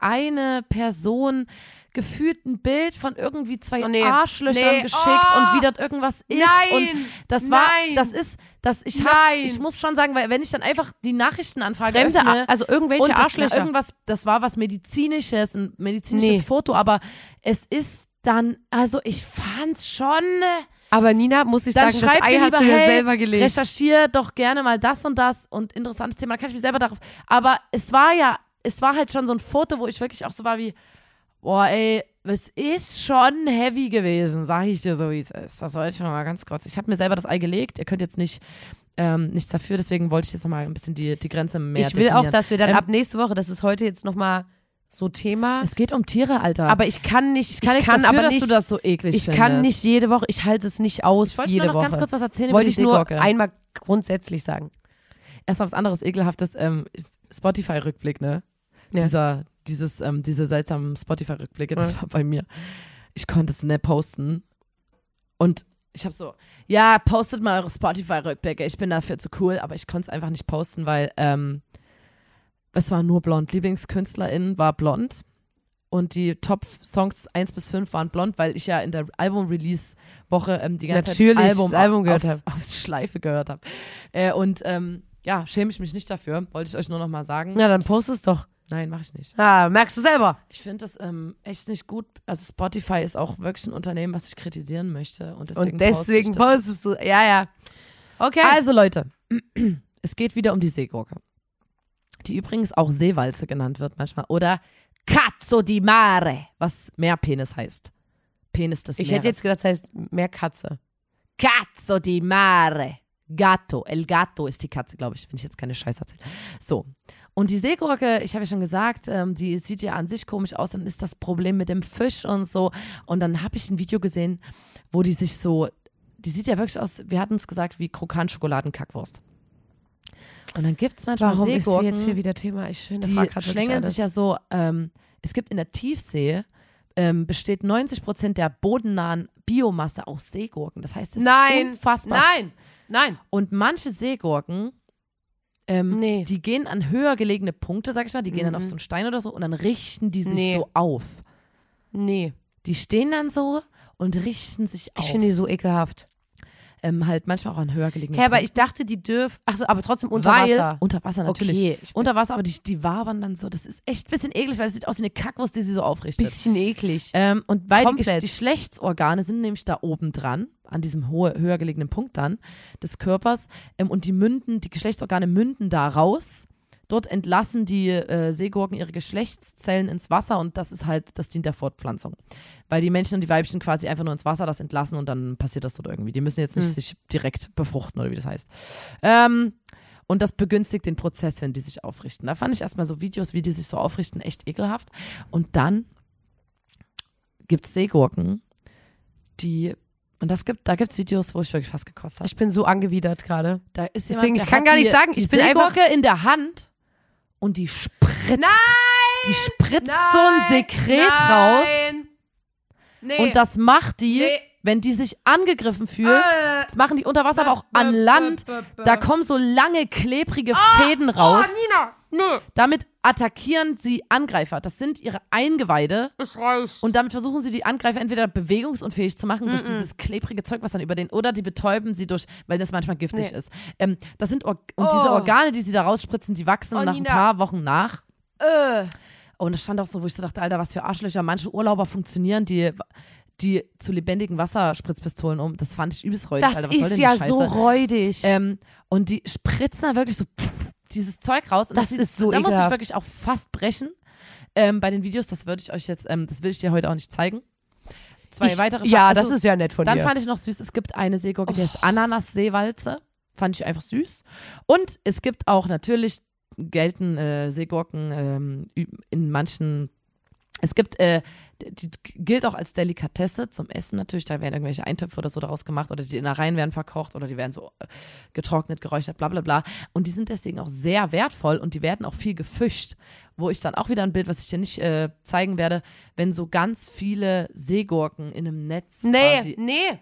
S2: irgendeine Person gefühlt ein Bild von irgendwie zwei
S1: Oh, nee.
S2: Arschlöchern
S1: Nee.
S2: geschickt
S1: Oh.
S2: und wie das irgendwas ist. Und
S1: Nein!
S2: das war,
S1: Nein.
S2: das ist, das ich hab,
S1: Nein.
S2: ich muss schon sagen, weil wenn ich dann einfach die Nachrichtenanfrage
S1: Fremde,
S2: öffne,
S1: Ar- also
S2: und
S1: irgendwelche
S2: das war
S1: Arschlöcher.
S2: irgendwas, das war was medizinisches, ein medizinisches
S1: Nee.
S2: Foto, aber es ist dann, also ich fand's schon. äh,
S1: Aber Nina, muss ich
S2: Dann
S1: sagen,
S2: schreib
S1: das Ei
S2: mir
S1: hast
S2: lieber,
S1: du dir
S2: hey,
S1: selber gelegt.
S2: Recherchier doch gerne mal das und das und interessantes Thema, dann kann ich mich selber darauf. Aber es war ja, es war halt schon so ein Foto, wo ich wirklich auch so war wie, boah ey, es ist schon heavy gewesen, sag ich dir so, wie es ist. Das wollte ich nochmal ganz kurz. Ich habe mir selber das Ei gelegt, ihr könnt jetzt nicht, ähm, nichts dafür, deswegen wollte ich jetzt nochmal ein bisschen die, die Grenze mehr
S1: Ich will auch,
S2: definieren.
S1: dass wir dann
S2: Ähm,
S1: ab nächste Woche, das ist heute jetzt nochmal so Thema.
S2: Es geht um Tiere, Alter.
S1: Aber ich kann nicht, ich
S2: Ich kann,
S1: kann,
S2: nichts dafür,
S1: aber
S2: dass
S1: nicht,
S2: du das so eklig
S1: ich
S2: findest.
S1: kann nicht jede Woche, ich halte es nicht aus,
S2: Ich wollte
S1: jede
S2: nur noch
S1: Woche.
S2: ganz kurz was erzählen
S1: wollte
S2: über
S1: ich
S2: die
S1: nur
S2: Seegurke.
S1: einmal grundsätzlich sagen.
S2: Erstmal was anderes Ekelhaftes. Ähm, Spotify-Rückblick, ne?
S1: Ja.
S2: Dieser, dieses, ähm, diese seltsamen Spotify-Rückblicke, das
S1: Ja.
S2: war bei mir. Ich konnte es nicht posten. Und ich habe so, ja, postet mal eure Spotify-Rückblicke. Ich bin dafür zu cool, aber ich konnte es einfach nicht posten, weil ähm, es war nur blond. LieblingskünstlerInnen war blond. Und die Top-Songs 1 bis 5 waren blond, weil ich ja in der Album-Release-Woche ähm, die ganze
S1: Natürlich
S2: Zeit
S1: das
S2: das Album,
S1: Album gehört
S2: auf,
S1: habe.
S2: auf Schleife gehört habe. Äh, und ähm, ja, schäme ich mich nicht dafür. Wollte ich euch nur noch mal sagen.
S1: Na, dann post es doch.
S2: Nein, mache ich nicht.
S1: Ah, merkst du selber.
S2: Ich finde das ähm, echt nicht gut. Also Spotify ist auch wirklich ein Unternehmen, was ich kritisieren möchte. Und deswegen,
S1: Und
S2: poste ich
S1: deswegen
S2: das.
S1: postest du. Ja, ja. Okay.
S2: Also Leute, es geht wieder um die Seegurke. Die übrigens auch Seewalze genannt wird manchmal. Oder Cazzo di Mare, was Meerpenis heißt. Penis des
S1: ich
S2: Meeres.
S1: hätte jetzt gedacht, das heißt mehr Katze.
S2: Cazzo di mare. Gatto. El Gatto ist die Katze, glaube ich, wenn ich jetzt keine Scheiße erzähle. So. Und die Seegurke, ich habe ja schon gesagt, ähm, die sieht ja an sich komisch aus. Dann ist das Problem mit dem Fisch und so. Und dann habe ich ein Video gesehen, wo die sich so. Die sieht ja wirklich aus, wir hatten es gesagt, wie Krokan-Schokoladen-Kackwurst. Und dann gibt es manchmal
S1: Warum ist
S2: Seegurken
S1: jetzt hier wieder Thema? Ich schöne
S2: die
S1: Frage gerade
S2: schlängeln sich ja so, ähm, es gibt in der Tiefsee, ähm, besteht 90 Prozent der bodennahen Biomasse aus Seegurken. Das heißt, es
S1: Nein.
S2: ist unfassbar.
S1: Nein, nein.
S2: Und manche Seegurken, ähm,
S1: Nee. Mhm.
S2: die gehen an höher gelegene Punkte, sag ich mal, die gehen dann auf so einen Stein oder so und dann richten die sich
S1: Nee.
S2: so auf.
S1: Nee.
S2: Die stehen dann so und richten sich
S1: Ich
S2: auf.
S1: finde die so ekelhaft.
S2: ähm, halt manchmal auch an höher gelegenen
S1: Hä, aber
S2: Punkten.
S1: ich dachte, die dürfen. Achso, aber trotzdem unter
S2: weil,
S1: Wasser.
S2: Unter Wasser natürlich.
S1: Okay. Ich-
S2: Unter Wasser, aber die, die wabern dann so. Das ist echt ein bisschen eklig, weil es sieht aus wie eine Kackwurst, die sie so aufrichtet.
S1: Bisschen eklig.
S2: Ähm, und weil die, Gesch-
S1: Komplett.
S2: die Geschlechtsorgane sind nämlich da oben dran, an diesem hohe, höher gelegenen Punkt dann des Körpers, ähm, und die münden, die Geschlechtsorgane münden da raus. Dort entlassen die äh, Seegurken ihre Geschlechtszellen ins Wasser und das ist halt, das dient der Fortpflanzung. Weil die Männchen und die Weibchen quasi einfach nur ins Wasser das entlassen und dann passiert das dort irgendwie. Die müssen jetzt nicht
S1: Hm.
S2: sich direkt befruchten oder wie das heißt. Ähm, und das begünstigt den Prozess, wenn die sich aufrichten. Da fand ich erstmal so Videos, wie die sich so aufrichten, echt ekelhaft. Und dann gibt es Seegurken, die. Und das gibt, da gibt es Videos, wo ich wirklich fast gekostet habe.
S1: Ich bin so angewidert gerade.
S2: Da ist
S1: Deswegen,
S2: jemand,
S1: ich
S2: der
S1: kann
S2: hat
S1: gar
S2: die-
S1: nicht sagen,
S2: die
S1: ich bin
S2: Seegurke
S1: einfach-
S2: in der Hand und die spritzt.
S1: Nein!
S2: Die spritzt so ein Sekret raus.
S1: Nee.
S2: Und das macht die
S1: Nee. Äh.
S2: Wenn die sich angegriffen fühlt, das machen die unter Wasser, aber auch an Land, da kommen so lange klebrige
S1: Ah!
S2: Fäden
S1: Oh,
S2: raus.
S1: Nina,
S2: Damit attackieren sie Angreifer. Das sind ihre Eingeweide.
S1: nee, es reicht.
S2: Und damit versuchen sie die Angreifer entweder bewegungsunfähig zu machen durch dieses klebrige Zeug, was dann über den, oder die betäuben sie durch, weil das manchmal giftig
S1: Nee.
S2: ist. Ähm, das sind Or und
S1: Oh.
S2: diese Organe, die sie da rausspritzen, die wachsen
S1: Oh,
S2: nach
S1: Nina.
S2: ein paar Wochen nach.
S1: Äh.
S2: Und es stand auch so, wo ich so dachte, Alter, was für Arschlöcher. Manche Urlauber funktionieren, die, die zu lebendigen Wasserspritzpistolen um. Das fand ich übelst räudig,
S1: Das
S2: Alter. Was soll denn
S1: ist
S2: die
S1: ja
S2: Scheiße?
S1: so räudig.
S2: Ähm, und die spritzen da wirklich so [LAUGHS] pff, dieses Zeug raus. Und
S1: Das
S2: sieht-
S1: ist so
S2: Da muss ich
S1: ekelhaft.
S2: wirklich auch fast brechen. Ähm, bei den Videos, das würde ich euch jetzt, ähm, das will ich dir heute auch nicht zeigen. Zwei
S1: ich,
S2: weitere
S1: Ja,
S2: also,
S1: das ist ja nett von Oh.
S2: Dann
S1: dir.
S2: fand ich noch süß, es gibt eine Seegurke, die heißt Ananas-Seewalze. Fand ich einfach süß. Und es gibt auch natürlich, gelten äh, Seegurken ähm, ü- in manchen, es gibt, äh, die die gilt auch als Delikatesse zum Essen natürlich, da werden irgendwelche Eintöpfe oder so daraus gemacht oder die Innereien werden verkocht oder die werden so äh, getrocknet, geräuchert, bla bla bla. Und die sind deswegen auch sehr wertvoll und die werden auch viel gefischt. Wo ich dann auch wieder ein Bild, was ich dir nicht äh, zeigen werde, wenn so ganz viele Seegurken in einem Netz
S1: nee,
S2: quasi
S1: nee.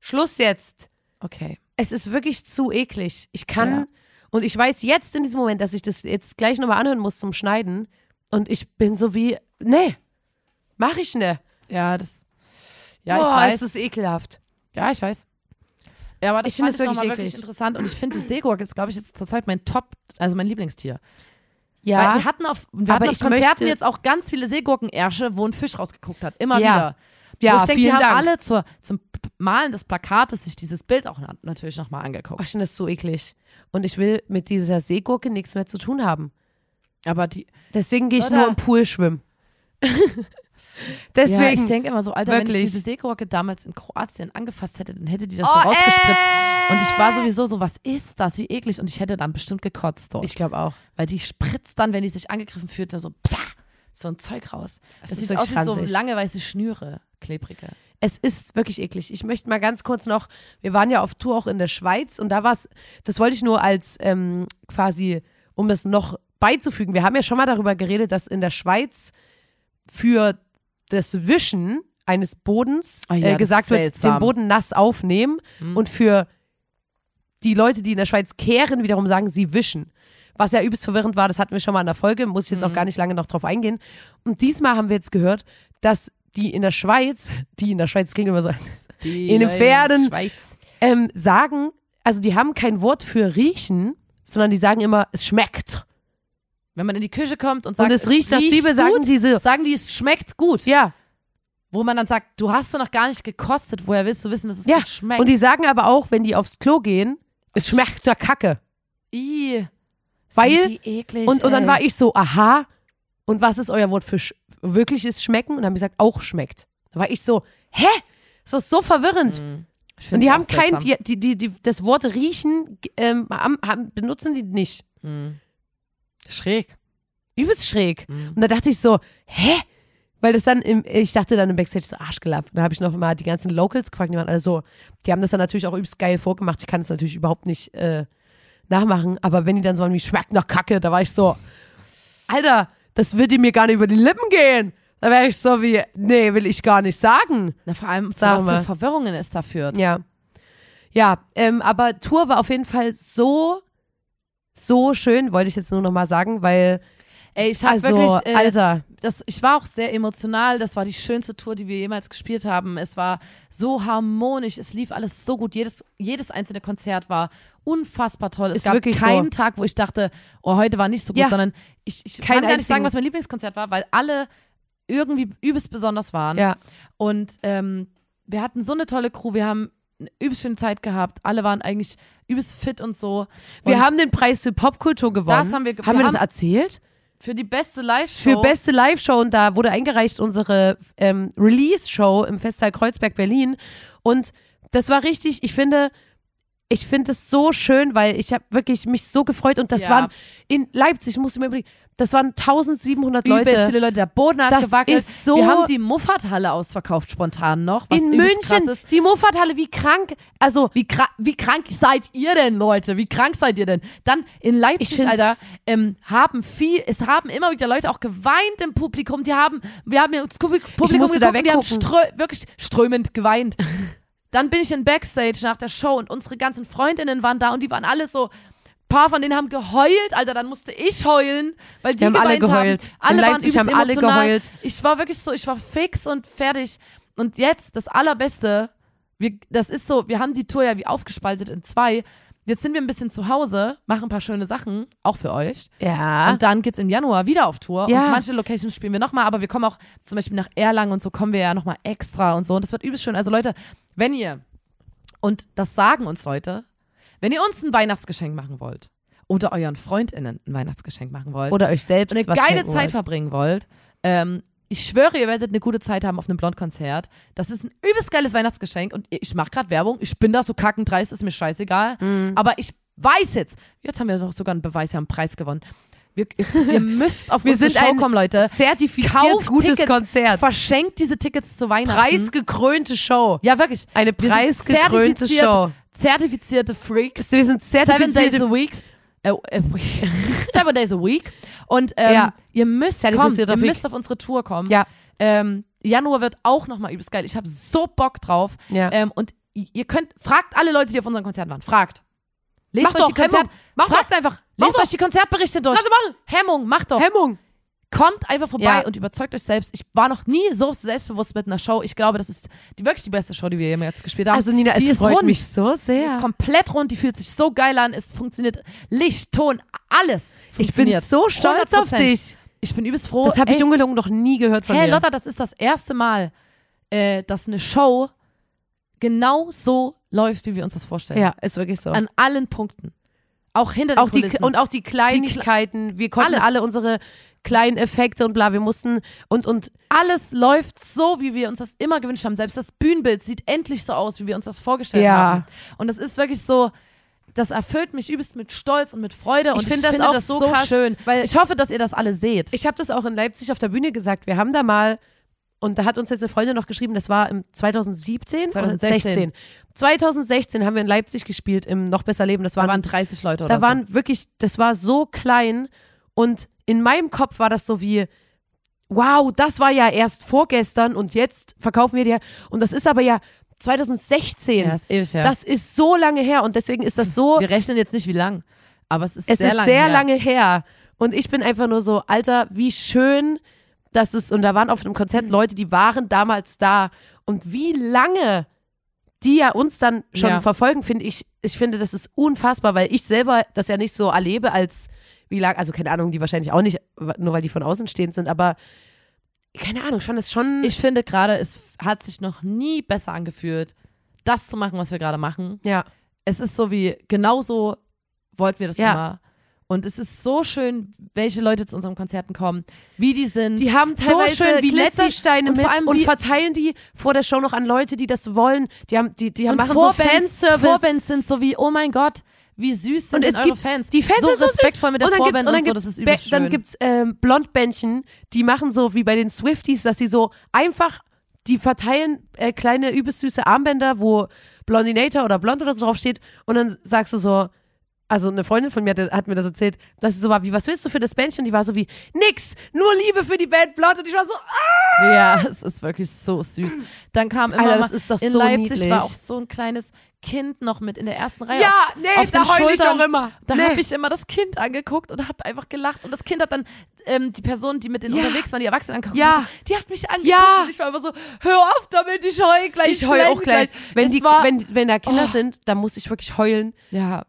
S1: Schluss jetzt.
S2: Okay.
S1: Es ist wirklich zu eklig. Ich kann,
S2: Ja.
S1: und ich weiß jetzt in diesem Moment, dass ich das jetzt gleich nochmal anhören muss zum Schneiden. Und ich bin so wie, nee, mach ich ne.
S2: Ja, das. Ja, ich
S1: Boah,
S2: weiß.
S1: Es ist ekelhaft.
S2: ja, ich weiß. Ja, aber das
S1: Ich find
S2: fand
S1: es
S2: ich
S1: wirklich
S2: nochmal wirklich
S1: eklig.
S2: interessant. Und ich finde, die Seegurke ist, glaube ich, jetzt zurzeit mein Top, also mein Lieblingstier. Weil
S1: Ja,
S2: wir hatten auf, wir hatten
S1: Aber
S2: auf
S1: ich
S2: Konzerten
S1: möchte-
S2: jetzt auch ganz viele Seegurkenersche, wo ein Fisch rausgeguckt hat. Immer
S1: Ja.
S2: wieder.
S1: ja
S2: wo ich denke, die
S1: vielen
S2: haben
S1: Dank.
S2: alle zur, zum P- Malen des Plakates sich dieses Bild auch na- natürlich nochmal
S1: Oh,
S2: angeguckt.
S1: ich finde das so eklig. Und ich will mit dieser Seegurke nichts mehr zu tun haben.
S2: Aber die.
S1: Deswegen gehe ich
S2: Oder-
S1: nur im Pool schwimmen. [LAUGHS]
S2: Ja,
S1: Deswegen.
S2: ich denke immer so, Alter, wenn ich
S1: Wirklich.
S2: diese Seegurke damals in Kroatien angefasst hätte, dann hätte die das so rausgespritzt. Und ich war sowieso so, was ist das? Wie eklig. Und ich hätte dann bestimmt gekotzt dort.
S1: Ich glaube auch.
S2: Weil die spritzt dann, wenn die sich angegriffen fühlt, dann so, psa, so ein Zeug raus. Das,
S1: Das ist
S2: sieht aus
S1: wirklich
S2: wie so
S1: ranzig.
S2: lange weiße Schnüre, klebrige.
S1: Es ist wirklich eklig. Ich möchte mal ganz kurz noch, wir waren ja auf Tour auch in der Schweiz und da war es, das wollte ich nur als ähm, quasi, um das noch beizufügen. Wir haben ja schon mal darüber geredet, dass in der Schweiz für das Wischen eines Bodens
S2: Ah ja,
S1: äh,
S2: das
S1: gesagt
S2: ist
S1: wird,
S2: seltsam. Hm.
S1: den Boden nass aufnehmen und für die Leute, die in der Schweiz kehren, wiederum sagen, sie wischen. Was ja übelst verwirrend war, das hatten wir schon mal in der Folge, muss ich jetzt
S2: Hm.
S1: auch gar nicht lange noch drauf eingehen. Und diesmal haben wir jetzt gehört, dass die in der Schweiz, die in der Schweiz klingt immer so,
S2: Die
S1: In den Pferden.
S2: Schweiz.
S1: ähm, sagen, also die haben kein Wort für riechen, sondern die sagen immer, es schmeckt.
S2: Wenn man in die Küche kommt und sagt,
S1: Und es riecht nach Zwiebel,
S2: gut,
S1: sagen sie so.
S2: sagen die, es schmeckt gut.
S1: Ja,
S2: Wo man dann sagt, du hast doch noch gar nicht gekostet, woher willst du wissen, dass es
S1: ja.
S2: gut schmeckt?
S1: Und die sagen aber auch, wenn die aufs Klo gehen, es schmeckt der Kacke.
S2: I,
S1: Weil-
S2: sind die eklig,
S1: Und, und dann
S2: ey.
S1: war ich so, aha, und was ist euer Wort für sch wirkliches Schmecken? Und haben gesagt, auch schmeckt. Da war ich so, hä? Ist das so verwirrend?
S2: Mhm. Hm. Ich
S1: und
S2: find
S1: die
S2: das
S1: haben
S2: auch
S1: kein,
S2: seltsam.
S1: die, die, die, die, das Wort riechen ähm, haben, haben, benutzen die nicht.
S2: Hm. Schräg. Hm.
S1: Übelst schräg. Und da dachte ich so, hä? Weil das dann im, ich dachte dann im Backstage so Arschgelapp. Und da habe ich noch mal die ganzen Locals gefragt, die waren alle so, die haben das dann natürlich auch übelst geil vorgemacht. Ich kann es natürlich überhaupt nicht äh, nachmachen, aber wenn die dann so waren wie schmeckt nach Kacke, da war ich so, Alter, das würde mir gar nicht über die Lippen gehen. Da wäre ich so wie, nee, will ich gar nicht sagen.
S2: Na, vor allem, zu
S1: Sag
S2: was
S1: mal.
S2: für Verwirrungen es da führt.
S1: Ja. Ja, ähm, aber Tour war auf jeden Fall so, so schön, wollte ich jetzt nur noch mal sagen, weil,
S2: Ey, ich hab
S1: also,
S2: wirklich, äh,
S1: Alter,
S2: das, ich war auch sehr emotional. Das war die schönste Tour, die wir jemals gespielt haben. Es war so harmonisch. Es lief alles so gut. Jedes, jedes einzelne Konzert war unfassbar toll. Es
S1: Ist
S2: gab
S1: wirklich
S2: keinen
S1: so.
S2: Tag, wo ich dachte, oh, heute war nicht so gut,
S1: Ja.
S2: sondern ich, ich
S1: Keinen
S2: kann gar nicht sagen,
S1: einzigen.
S2: was mein Lieblingskonzert war, weil alle irgendwie übelst besonders waren.
S1: ja.
S2: Und ähm, wir hatten so eine tolle Crew. Wir haben eine übelst schöne Zeit gehabt. Alle waren eigentlich übelst fit und so.
S1: Wir
S2: und
S1: haben den Preis für Popkultur gewonnen.
S2: Das haben wir ge-
S1: Haben wir
S2: wir
S1: das
S2: haben-
S1: erzählt?
S2: für die beste Live-Show.
S1: Für beste Live-Show und da wurde eingereicht unsere ähm, Release-Show im Festsaal Kreuzberg Berlin. Und das war richtig, ich finde, ich finde das so schön, weil ich habe wirklich mich so gefreut und das
S2: Ja.
S1: waren in Leipzig, musst du mir überlegen, Das waren 1700
S2: Leute,
S1: Leute.
S2: viele Leute, der Boden hat
S1: Das
S2: gewackelt.
S1: ist so-
S2: Wir haben die Muffathalle ausverkauft spontan noch, was
S1: in
S2: übelst krass
S1: München,
S2: ist.
S1: die Moffathalle, wie krank. Also,
S2: Wie, kra wie krank seid ihr denn, Leute? Wie krank seid ihr denn? Dann in Leipzig,
S1: find's-
S2: Alter, ähm, haben viel, es haben immer wieder Leute auch geweint im Publikum. Die haben, wir haben ins Publik- Publikum
S1: musste da
S2: geguckt und die haben
S1: weggucken.
S2: strö wirklich strömend
S1: [LAUGHS]
S2: geweint. Dann bin ich in Backstage nach der Show und unsere ganzen Freundinnen waren da und die waren alle so, paar von denen haben geheult, Alter, dann musste ich heulen, weil die,
S1: haben
S2: geweint
S1: alle geheult. In
S2: Haben. Alle waren
S1: Leipzig
S2: übelst
S1: haben alle
S2: emotional.
S1: geheult.
S2: Ich war wirklich so, ich war fix und fertig. Und jetzt das allerbeste, wir, das ist so, wir haben die Tour ja wie aufgespaltet in zwei. Jetzt sind wir ein bisschen zu Hause, machen ein paar schöne Sachen, auch für euch.
S1: ja.
S2: Und dann geht's im Januar wieder auf Tour.
S1: Ja.
S2: Und manche Locations spielen wir nochmal, aber wir kommen auch zum Beispiel nach Erlangen und so kommen wir ja nochmal extra und so. Und das wird übelst schön. Also Leute, wenn ihr, und das sagen uns Leute, wenn ihr uns ein Weihnachtsgeschenk machen wollt oder euren FreundInnen ein Weihnachtsgeschenk machen wollt
S1: Oder euch selbst.
S2: eine
S1: was
S2: geile
S1: schenken
S2: Zeit
S1: wollt.
S2: verbringen wollt, ähm, ich schwöre, ihr werdet eine gute Zeit haben auf einem Blond-Konzert. Das ist ein übelst geiles Weihnachtsgeschenk und ich mache gerade Werbung. Ich bin da so kackendreist, ist mir scheißegal.
S1: Mhm.
S2: Aber ich weiß jetzt, jetzt haben wir doch sogar einen Beweis, wir haben einen Preis gewonnen. Wir,
S1: [LAUGHS]
S2: ihr müsst auf
S1: Wir
S2: unsere
S1: sind
S2: Show
S1: ein
S2: kommen, Leute.
S1: Zertifiziert
S2: Kauft
S1: gutes
S2: Tickets,
S1: Konzert.
S2: Verschenkt diese Tickets zu Weihnachten.
S1: Preisgekrönte Show.
S2: Ja, wirklich.
S1: Eine
S2: Wir sind
S1: preisgekrönte
S2: zertifiziert-
S1: Show.
S2: Zertifizierte Freaks.
S1: Wir sind
S2: Seven days
S1: zertifizierte
S2: a weeks. Äh, äh, week. [LAUGHS] Seven days a week. Und ähm,
S1: Ja.
S2: ihr müsst kommen,
S1: Zertifizierter
S2: ihr
S1: Freak.
S2: müsst auf unsere Tour kommen.
S1: Ja.
S2: Ähm, Januar wird auch nochmal übelst geil. Ich habe so Bock drauf.
S1: Ja.
S2: Ähm, und i- ihr könnt, fragt alle Leute, die auf unseren Konzerten waren. Fragt. Lest
S1: Macht
S2: euch
S1: doch,
S2: die Konzert,
S1: Hemmung. Mach
S2: fragt einfach,
S1: Mach
S2: lest
S1: doch.
S2: euch die Konzertberichte durch.
S1: Kannst du machen.
S2: Hemmung, macht doch.
S1: Hemmung.
S2: Kommt einfach vorbei
S1: Ja.
S2: und überzeugt euch selbst. Ich war noch nie so selbstbewusst mit einer Show. Ich glaube, das ist die, wirklich die beste Show, die wir jemals gespielt haben.
S1: Also Nina,
S2: die
S1: es
S2: ist
S1: freut
S2: rund.
S1: mich so
S2: Die
S1: sehr.
S2: ist komplett rund, die fühlt sich so geil an, es funktioniert Licht, Ton, alles.
S1: Ich bin
S2: funktioniert.
S1: so stolz auf
S2: 100%.
S1: dich.
S2: Ich bin übelst froh.
S1: Das habe ich
S2: Oh, Ey,
S1: ungelogen noch nie gehört von
S2: Hey
S1: dir.
S2: Lotta, das ist das erste Mal, äh, dass eine Show genau so läuft, wie wir uns das vorstellen.
S1: ja, ist wirklich so.
S2: An allen Punkten. Auch hinter den
S1: auch die,
S2: Kulissen.
S1: und auch die Kleinigkeiten. Wir konnten
S2: Alles.
S1: alle unsere kleinen Effekte und bla, wir mussten und und
S2: alles läuft so, wie wir uns das immer gewünscht haben. Selbst das Bühnenbild sieht endlich so aus, wie wir uns das vorgestellt
S1: Ja.
S2: haben. Und das ist wirklich so, das erfüllt mich übelst mit Stolz und mit Freude. Und ich,
S1: finde das
S2: finde
S1: auch
S2: das
S1: so
S2: so,
S1: krass,
S2: schön.
S1: weil-
S2: ich hoffe, dass ihr das alle seht.
S1: ich habe das auch in Leipzig auf der Bühne gesagt. Wir haben da mal und da hat uns jetzt eine Freundin noch geschrieben, das war im 2017 oder
S2: 2016.
S1: 2016 haben wir in Leipzig gespielt im noch besser leben. Das waren,
S2: 30 Leute
S1: da waren wirklich, das war so klein und in meinem Kopf war das so wie wow, das war ja erst vorgestern und jetzt verkaufen wir dir und das ist aber ja 2016.
S2: Ja, ist ewig her.
S1: Das ist so lange her und deswegen ist das so,
S2: wir rechnen jetzt nicht, wie lang, aber es ist
S1: es
S2: sehr
S1: ist
S2: lang
S1: sehr
S2: her.
S1: lange her. Und ich bin einfach nur so, Alter, wie schön, dass es, und da waren auf einem Konzert
S2: Mhm.
S1: Leute, die waren damals da. Und wie lange die ja uns dann schon
S2: Ja.
S1: verfolgen, finde ich, ich finde, das ist unfassbar, weil ich selber das ja nicht so erlebe als, wie lange, also keine Ahnung, die wahrscheinlich auch nicht, nur weil die von außen stehend sind, aber keine Ahnung, ich fand das schon,
S2: Ich finde gerade, es hat sich noch nie besser angefühlt, das zu machen, was wir gerade machen.
S1: ja,
S2: es ist so wie, genauso wollten wir das
S1: Ja.
S2: immer. Und es ist so schön, welche Leute zu unseren Konzerten kommen, wie die sind.
S1: Die haben
S2: So
S1: teilweise
S2: schön wie letztes-
S1: Glitzersteine
S2: und
S1: mit
S2: vor allem
S1: und
S2: wie-
S1: verteilen die vor der Show noch an Leute, die das wollen. Die haben, die, die
S2: und
S1: machen so
S2: Vorbands,
S1: Fanservice.
S2: Vorbands sind so wie, oh mein Gott, wie süß sind
S1: Und
S2: denn
S1: es
S2: eure
S1: gibt-
S2: Fans.
S1: die Fans
S2: so
S1: sind so süß.
S2: respektvoll mit der
S1: und dann gibt's,
S2: Vorband
S1: und dann
S2: und so,
S1: gibt's,
S2: das ist
S1: Ba-
S2: übelst
S1: dann
S2: schön.
S1: gibt's ähm, Blondbändchen, die machen so wie bei den Swifties, dass sie so einfach, die verteilen äh, kleine übelst süße Armbänder, wo Blondinator oder Blond oder so draufsteht und dann sagst du so, also eine Freundin von mir hat, hat mir das erzählt, dass sie so war, wie, was willst du für das Bändchen? Die war so wie, nix, nur Liebe für die Band Blond und ich war so,
S2: Ja, [LAUGHS] es ist wirklich so süß. Dann kam immer
S1: Alter,
S2: mal-
S1: das ist doch
S2: in
S1: so
S2: Leipzig
S1: niedlich.
S2: war auch so ein kleines Kind noch mit in der ersten Reihe.
S1: ja,
S2: auf,
S1: nee,
S2: Ah auf
S1: da
S2: den
S1: heul ich
S2: Schultern.
S1: auch immer.
S2: Da
S1: nee.
S2: habe ich immer das Kind angeguckt und habe einfach gelacht. Und das Kind hat dann ähm, die Person, die mit denen
S1: Ja.
S2: unterwegs war, die Erwachsenen angeguckt.
S1: Ja.
S2: und so, Die hat mich angeguckt.
S1: Ja.
S2: Und ich war immer so, hör auf damit, ich heul gleich.
S1: ich heul auch gleich. Wenn,
S2: Es
S1: die,
S2: war,
S1: wenn, wenn da Kinder
S2: Oh.
S1: sind, dann muss ich wirklich heulen.
S2: ja.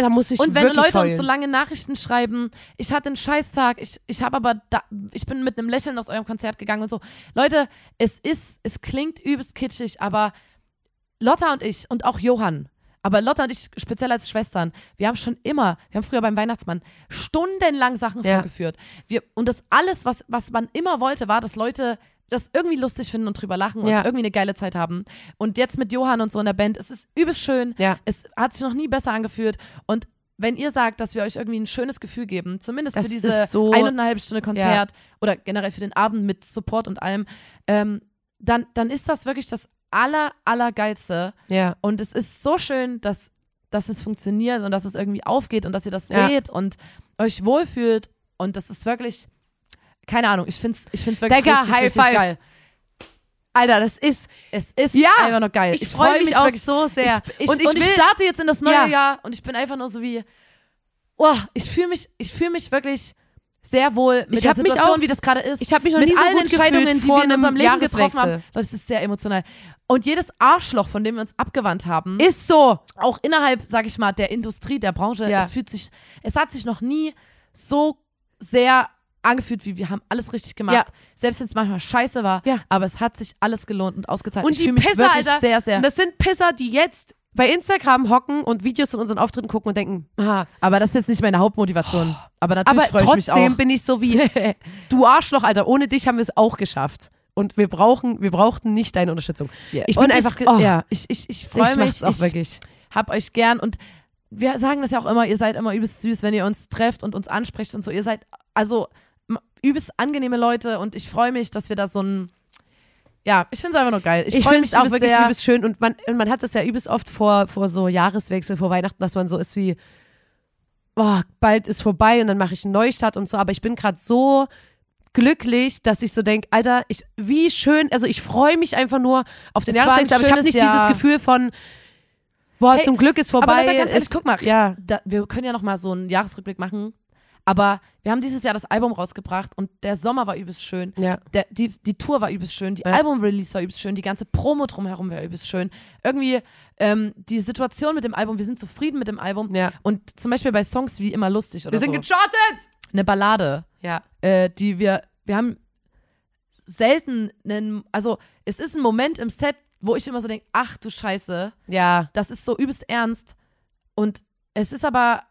S1: Da muss ich
S2: Und wenn
S1: wirklich
S2: Leute
S1: heulen.
S2: uns so lange Nachrichten schreiben, ich hatte einen Scheißtag, ich, ich habe aber, da, ich bin mit einem Lächeln aus eurem Konzert gegangen und so. Leute, es ist, es klingt übelst kitschig, aber Lotta und ich und auch Johann, aber Lotta und ich speziell als Schwestern, wir haben schon immer, wir haben früher beim Weihnachtsmann stundenlang Sachen
S1: Ja.
S2: vorgeführt. Wir, und das alles, was, was man immer wollte, war, dass Leute das irgendwie lustig finden und drüber lachen
S1: Ja.
S2: und irgendwie eine geile Zeit haben. Und jetzt mit Johann und so in der Band, es ist übelst schön.
S1: Ja.
S2: Es hat sich noch nie besser angefühlt. Und wenn ihr sagt, dass wir euch irgendwie ein schönes Gefühl geben, zumindest
S1: Das
S2: für diese
S1: ist so-
S2: eineinhalb Stunde Konzert oder generell für den Abend mit Support und allem, ähm, dann, dann ist das wirklich das aller, allergeilste.
S1: Ja.
S2: Und es ist so schön, dass, dass es funktioniert und dass es irgendwie aufgeht und dass ihr das
S1: Ja.
S2: seht und euch wohlfühlt. Und das ist wirklich, keine Ahnung, ich finde es ich find's wirklich
S1: Digga,
S2: richtig,
S1: High
S2: richtig
S1: five.
S2: geil.
S1: Alter, das ist.
S2: Es ist
S1: Ja,
S2: einfach noch geil.
S1: Ich, freue mich, auch
S2: wirklich
S1: so sehr.
S2: ich, ich, und ich,
S1: will-
S2: starte jetzt in das neue
S1: Ja.
S2: Jahr und ich bin einfach nur so wie, oh, ich fühle mich, ich fühle mich wirklich sehr wohl mit
S1: Ich
S2: der
S1: hab mich
S2: Situation,
S1: auch-
S2: wie das gerade ist.
S1: ich habe mich noch
S2: mit
S1: nie so
S2: allen
S1: gut gefühlt
S2: Entscheidungen, die
S1: vor
S2: wir in unserem
S1: einem
S2: Leben getroffen haben. Oh,
S1: Jahreswechsel.
S2: Das ist sehr emotional. Und jedes Arschloch, von dem wir uns abgewandt haben,
S1: Ist so.
S2: auch innerhalb, sag ich mal, der Industrie, der Branche,
S1: Ja.
S2: es fühlt sich, es hat sich noch nie so sehr angefühlt, wie wir haben alles richtig gemacht.
S1: Ja.
S2: Selbst wenn es manchmal scheiße war,
S1: Ja.
S2: aber es hat sich alles gelohnt und ausgezahlt.
S1: Und
S2: ich
S1: die
S2: fühle mich
S1: Pisser,
S2: wirklich
S1: Alter.
S2: sehr, sehr.
S1: Und das sind Pisser, die jetzt bei Instagram hocken und Videos von unseren Auftritten gucken und denken, aha,
S2: Aber das ist jetzt nicht meine Hauptmotivation. Aber natürlich
S1: Oh, aber
S2: freue ich mich auch.
S1: trotzdem bin ich so wie, [LAUGHS] du Arschloch, Alter, ohne dich haben wir es auch geschafft. Und wir brauchen, wir brauchten nicht deine Unterstützung.
S2: Ja.
S1: Ich bin
S2: Und
S1: einfach,
S2: ich,
S1: oh,
S2: ja, ich, ich, ich freue mich.
S1: mach's auch
S2: ich
S1: wirklich.
S2: hab euch gern und wir sagen das ja auch immer, ihr seid immer übelst süß, wenn ihr uns trefft und uns ansprecht und so. Ihr seid also m- übelst angenehme Leute und ich freue mich, dass wir da so ein, ja, ich finde es einfach nur geil. Ich,
S1: Ich,
S2: freue
S1: finde
S2: mich
S1: es auch
S2: übelst
S1: wirklich
S2: sehr,
S1: übelst schön und man, und man hat das ja übelst oft vor, vor so Jahreswechsel, vor Weihnachten, dass man so ist wie, boah, bald ist vorbei und dann mache ich einen Neustart und so, aber ich bin gerade so glücklich, dass ich so denke, Alter, ich, wie schön, also ich freue mich einfach nur auf den
S2: Es war ein
S1: Jahreswechsel, aber ich habe
S2: schönes
S1: nicht
S2: Jahr.
S1: dieses Gefühl von, boah,
S2: Hey,
S1: zum Glück ist vorbei.
S2: aber Leute, ganz ehrlich,
S1: es-
S2: guck mal,
S1: ja.
S2: da, wir können ja nochmal so einen Jahresrückblick machen, aber wir haben dieses Jahr das Album rausgebracht und der Sommer war übelst schön.
S1: Ja.
S2: der, die, die Tour war übelst schön, die
S1: Ja.
S2: Album-Release war übelst schön, die ganze Promo drumherum war übelst schön. Irgendwie ähm, die Situation mit dem Album, wir sind zufrieden mit dem Album.
S1: Ja.
S2: Und zum Beispiel bei Songs wie immer lustig oder
S1: Wir sind
S2: so.
S1: gechartet!
S2: Eine Ballade,
S1: Ja.
S2: äh, die wir, wir haben selten einen, also es ist ein Moment im Set, wo ich immer so denke, ach du Scheiße,
S1: Ja.
S2: das ist so übelst ernst. Und es ist aber,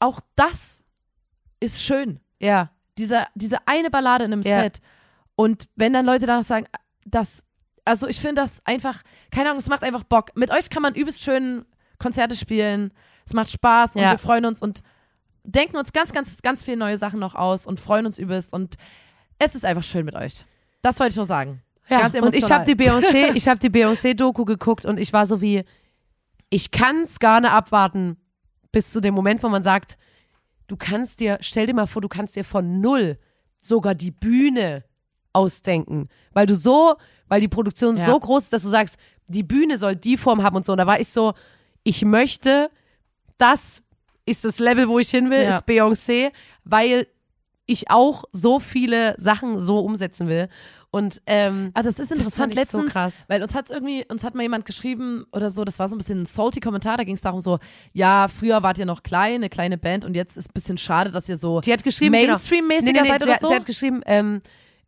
S2: auch das ist schön
S1: Ja.
S2: dieser, diese eine Ballade in einem
S1: Ja.
S2: Set. Und wenn dann Leute danach sagen, das, also ich finde das einfach, keine Ahnung, es macht einfach Bock. Mit euch kann man übelst schön Konzerte spielen. Es macht Spaß und
S1: Ja.
S2: wir freuen uns und denken uns ganz, ganz, ganz viele neue Sachen noch aus und freuen uns übelst. Und es ist einfach schön mit euch. Das wollte ich nur sagen.
S1: Ja,
S2: Ganz
S1: und ich
S2: emotional.
S1: habe
S2: [LAUGHS]
S1: die Beyoncé, ich habe die Beyoncé Doku geguckt und ich war so wie ich kann's gar nicht abwarten bis zu dem Moment, wo man sagt, du kannst dir stell dir mal vor, du kannst dir von null sogar die Bühne ausdenken, weil du so, weil die Produktion
S2: Ja.
S1: so groß ist, dass du sagst, die Bühne soll die Form haben und so und da war ich so, ich möchte das ist das Level, wo ich hin will,
S2: Ja.
S1: ist Beyoncé, weil ich auch so viele Sachen so umsetzen will. Und ähm,
S2: Also das ist interessant.
S1: das fand ich so
S2: Letztens
S1: krass.
S2: Weil uns hat irgendwie, uns hat mal jemand geschrieben oder so, das war so ein bisschen ein salty Kommentar, da ging es darum so, ja, früher wart ihr noch klein, eine kleine Band und jetzt ist ein bisschen schade, dass ihr so
S1: Die hat geschrieben, genau.
S2: Mainstream-mäßiger
S1: Nee, nee, nee,
S2: seid
S1: sie,
S2: oder
S1: hat-
S2: so.
S1: sie hat geschrieben, ähm,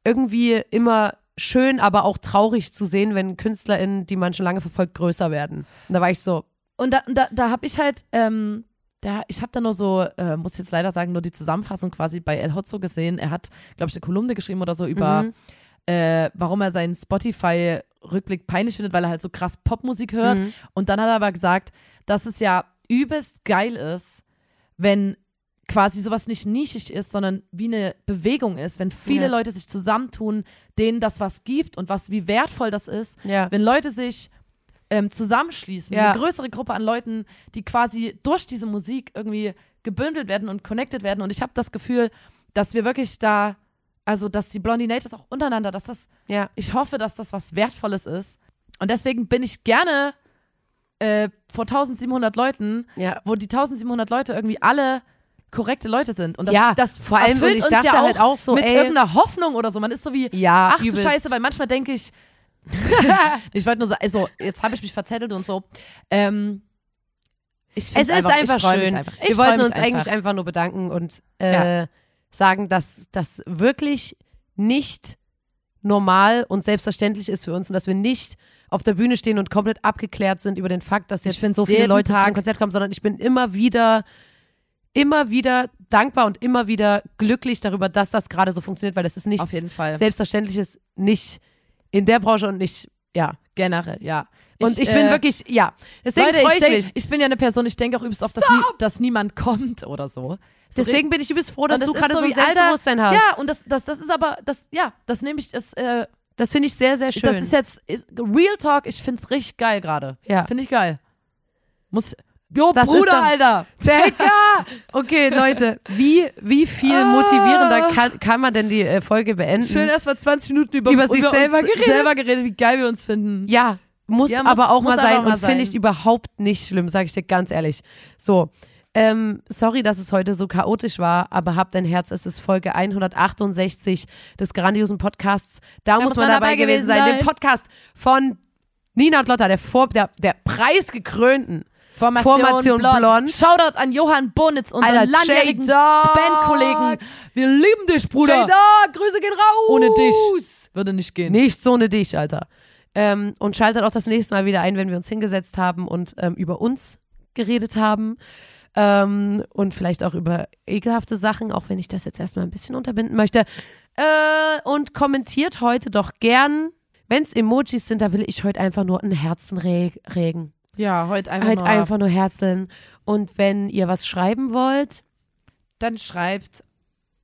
S1: irgendwie immer schön, aber auch traurig zu sehen, wenn KünstlerInnen, die man schon lange verfolgt, größer werden. Und da war ich so,
S2: Und da, da, da habe ich halt, ähm, da, ich habe da nur so, äh, muss jetzt leider sagen, nur die Zusammenfassung quasi bei El Hotzo gesehen. Er hat, glaube ich, eine Kolumne geschrieben oder so über,
S1: Mhm.
S2: äh, warum er seinen Spotify-Rückblick peinlich findet, weil er halt so krass Popmusik hört.
S1: Mhm.
S2: Und dann hat er aber gesagt, dass es ja übelst geil ist, wenn quasi sowas nicht nischig ist, sondern wie eine Bewegung ist, wenn viele
S1: Ja.
S2: Leute sich zusammentun, denen das was gibt und was, wie wertvoll das ist,
S1: ja,
S2: wenn Leute sich ähm, zusammenschließen,
S1: Ja.
S2: eine größere Gruppe an Leuten, die quasi durch diese Musik irgendwie gebündelt werden und connected werden. Und ich habe das Gefühl, dass wir wirklich da, also dass die Blondinators auch untereinander, dass das,
S1: ja.
S2: ich hoffe, dass das was Wertvolles ist. Und deswegen bin ich gerne äh, vor 1700 Leuten,
S1: Ja.
S2: wo die 1700 Leute irgendwie alle korrekte Leute sind. Und das,
S1: Ja,
S2: das
S1: vor allem,
S2: erfüllt
S1: und ich
S2: uns
S1: dachte
S2: ja
S1: halt auch so,
S2: mit
S1: ey.
S2: irgendeiner Hoffnung oder so. Man ist so wie,
S1: Ja,
S2: ach
S1: übelst.
S2: du Scheiße, weil manchmal denke [LAUGHS] ich, ich wollte nur sagen, also jetzt habe ich mich verzettelt und so. Ähm, ich find's
S1: Es ist einfach,
S2: ich freu mich
S1: schön.
S2: Einfach. Ich
S1: Wir
S2: freu
S1: wollten
S2: mich
S1: uns
S2: einfach.
S1: eigentlich einfach nur bedanken und äh, sagen, dass das wirklich nicht normal und selbstverständlich ist für uns und dass wir nicht auf der Bühne stehen und komplett abgeklärt sind über den Fakt, dass jetzt
S2: find's
S1: so viele
S2: jeden
S1: Leute
S2: Tag-
S1: zum Konzert kommen, sondern ich bin immer wieder, immer wieder dankbar und immer wieder glücklich darüber, dass das gerade so funktioniert, weil das ist nichts
S2: auf jeden Fall.
S1: Selbstverständliches, nicht in der Branche und nicht, ja,
S2: Generell, ja.
S1: Und ich, bin
S2: äh,
S1: wirklich, ja. Deswegen
S2: Leute,
S1: freue ich,
S2: ich, denk,
S1: mich.
S2: ich bin ja eine Person, ich denke auch übelst oft, dass, nie, dass niemand [LAUGHS] kommt oder so. so
S1: Deswegen bin ich übelst froh,
S2: Und
S1: dass
S2: das
S1: du
S2: ist
S1: gerade
S2: so
S1: so ein
S2: wie, Alter,
S1: Selbstbewusstsein hast.
S2: Ja, und das, das, das ist aber, das, ja, das nehme ich, das, äh,
S1: Das finde ich sehr, sehr schön.
S2: das ist jetzt ist, Real Talk, ich find's richtig geil gerade.
S1: [LAUGHS] Ja.
S2: Finde ich geil. Muss, jo,
S1: Das ist Mhm.
S2: Bruder,
S1: dann-
S2: Alter.
S1: Digga! Okay, Leute, wie, wie viel motivierender kann, kann man denn die äh, Folge beenden?
S2: Schön erstmal 20 Minuten über,
S1: Über sich
S2: [LAUGHS]
S1: selber
S2: uns
S1: geredet.
S2: selber geredet, wie geil wir uns finden.
S1: Ja, muss,
S2: Ja, muss-
S1: aber auch
S2: muss
S1: mal
S2: aber
S1: sein
S2: auch mal
S1: und finde
S2: sein.
S1: ich überhaupt nicht schlimm, sage ich dir ganz ehrlich. So, ähm, sorry, dass es heute so chaotisch war, aber habt ein Herz, es ist Folge 168 des grandiosen Podcasts. Da, muss man dabei gewesen sein, dem Podcast von Nina und Lotta, der, Vor der, der preisgekrönten
S2: Formation,
S1: Formation Blond.
S2: Shoutout an Johann Bonitz, unseren
S1: Alter,
S2: langjährigen
S1: J-Dog.
S2: Bandkollegen. Wir lieben dich, Bruder.
S1: Jada, Grüße gehen raus!
S2: Ohne dich würde nicht gehen.
S1: Nichts ohne dich, Alter. Ähm, und schaltet auch das nächste Mal wieder ein, wenn wir uns hingesetzt haben und ähm, über uns geredet haben. Ähm, und vielleicht auch über ekelhafte Sachen, auch wenn ich das jetzt erstmal ein bisschen unterbinden möchte. Äh, und kommentiert heute doch gern. Wenn es Emojis sind, da will ich heute einfach nur ein Herzen re- regen.
S2: Ja, heute einfach,
S1: Halt
S2: nur ab.
S1: einfach nur Herzeln. Und wenn ihr was schreiben wollt,
S2: Dann schreibt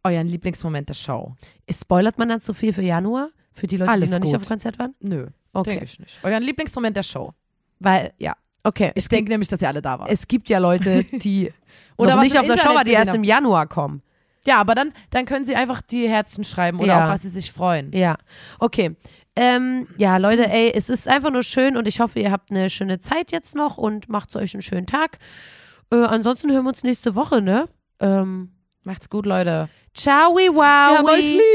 S2: euren Lieblingsmoment der Show.
S1: spoilert man dann zu viel für Januar? Für die Leute,
S2: Alles
S1: die noch nicht
S2: gut.
S1: auf dem Konzert waren?
S2: Nö, denke
S1: Okay.
S2: ich nicht. Euren Lieblingsmoment der Show.
S1: Weil, ja. Okay.
S2: Ich denke nämlich, dass ihr alle da wart.
S1: es gibt ja Leute, [LAUGHS] die
S2: Oder
S1: noch
S2: was
S1: nicht
S2: im
S1: auf der
S2: Internet
S1: Show waren, die
S2: gesehen
S1: erst im Januar kommen.
S2: Ja, aber dann, dann können sie einfach die Herzen schreiben oder
S1: Ja.
S2: auf was sie sich freuen.
S1: Ja, okay. Ähm, ja, Leute, ey, es ist einfach nur schön und ich hoffe, ihr habt eine schöne Zeit jetzt noch und macht's euch einen schönen Tag. Äh, ansonsten hören wir uns nächste Woche, ne? Ähm,
S2: Macht's gut, Leute.
S1: ciao, wow.
S2: Wir haben euch lieb.